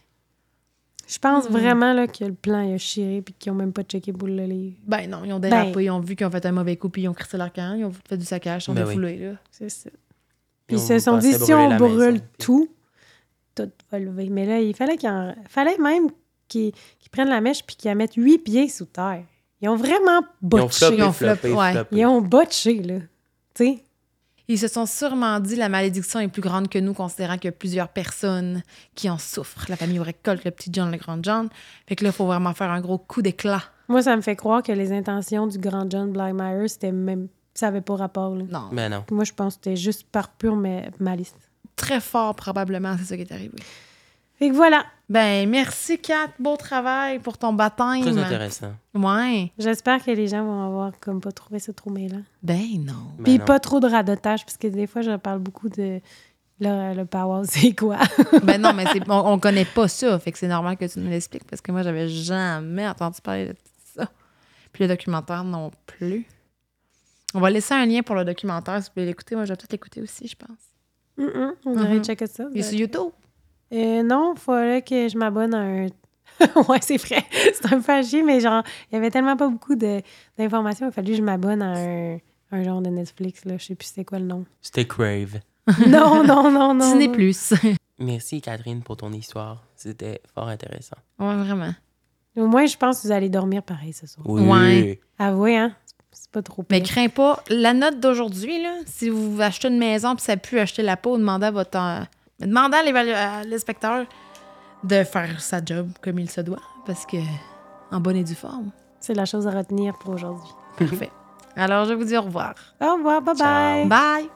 Speaker 2: Je pense
Speaker 3: Mhm.
Speaker 2: vraiment là, que le plan il a chiré puis qu'ils ont même pas checké pour le livre.
Speaker 3: Ben non, ils ont
Speaker 2: dérapé,
Speaker 3: dérapé, ils ont vu qu'ils ont fait un mauvais coup, puis ils ont crissé leur camp, ils ont fait du saccage, ils
Speaker 4: sont
Speaker 3: sont
Speaker 4: Ben oui.
Speaker 3: défoulés, là.
Speaker 2: C'est ça. Puis ils
Speaker 4: Ils ont
Speaker 2: se sont
Speaker 4: pensé
Speaker 2: dit si
Speaker 4: brûler
Speaker 2: on
Speaker 4: la
Speaker 2: brûle
Speaker 4: maison, puis-
Speaker 2: tout, tout va lever. Mais là, il fallait qu'il en- fallait même qu'ils qu'ils prennent la mèche puis qu'ils la mettent huit pieds sous terre. Ils ont vraiment
Speaker 4: Ils ont
Speaker 2: botché.
Speaker 4: floppé,
Speaker 3: Ils ont
Speaker 4: floppé,
Speaker 3: floppé, ouais.
Speaker 4: floppé.
Speaker 2: Ils ont botché, là. Tu sais?
Speaker 3: Ils se sont sûrement dit la malédiction est plus grande que nous, considérant qu'il y a plusieurs personnes qui en souffrent. La famille récolte, le petit John, le grand John. Fait que là, il faut vraiment faire un gros coup d'éclat.
Speaker 2: Moi, ça me fait croire que les intentions du grand John Blackmire, c'était même. Ça avait pas rapport, là.
Speaker 3: Non.
Speaker 4: Mais non.
Speaker 2: Moi, je pense que c'était juste par pure ma- malice.
Speaker 3: Très fort, probablement, c'est ça qui est arrivé.
Speaker 2: Fait que voilà.
Speaker 3: Ben, merci, Kat. Beau travail pour ton baptême.
Speaker 4: Très intéressant.
Speaker 3: Ouais.
Speaker 2: J'espère que les gens vont avoir comme pas trouvé ça trop mêlant.
Speaker 3: Ben non.
Speaker 4: Ben
Speaker 2: Puis
Speaker 4: non.
Speaker 2: pas trop de radotage, parce que des fois, je parle beaucoup de le, le power, c'est quoi?
Speaker 3: ben non, mais c'est- on, on connaît pas ça. Fait que c'est normal que tu nous l'expliques, parce que moi, j'avais jamais entendu parler de ça. Puis le documentaire non plus. On va laisser un lien pour le documentaire si vous voulez l'écouter. Moi, je vais peut-être l'écouter aussi, je pense.
Speaker 2: Hum, hum, on devrait
Speaker 3: Mhm.
Speaker 2: checker ça.
Speaker 3: Il est sur YouTube.
Speaker 2: Euh, non, il fallait que je m'abonne à un. ouais, c'est vrai. C'est un peu à chier, mais genre, il y avait tellement pas beaucoup de- d'informations. Il a fallu que je m'abonne à un, un genre de Netflix, là. Je sais plus c'est quoi le nom.
Speaker 4: C'était Crave.
Speaker 2: non, non, non, non.
Speaker 3: Ciné
Speaker 2: non.
Speaker 3: Plus.
Speaker 4: Merci, Catherine, pour ton histoire. C'était fort intéressant.
Speaker 3: ouais, vraiment.
Speaker 2: Au moins, je pense que vous allez dormir pareil ce soir.
Speaker 4: Oui.
Speaker 3: Ouais.
Speaker 2: Avouez, hein? C'est pas trop
Speaker 3: Mais
Speaker 2: pire.
Speaker 3: crains pas. La note d'aujourd'hui, là, si vous achetez une maison puis ça pue acheter la peau, demandez à votre. euh, demandez à l'évalu- à l'inspecteur de faire sa job comme il se doit, parce que en bonne et due forme.
Speaker 2: C'est la chose à retenir pour aujourd'hui.
Speaker 3: Parfait. Alors, je vous dis au revoir.
Speaker 2: Au revoir, bye bye.
Speaker 4: Ciao.
Speaker 3: Bye!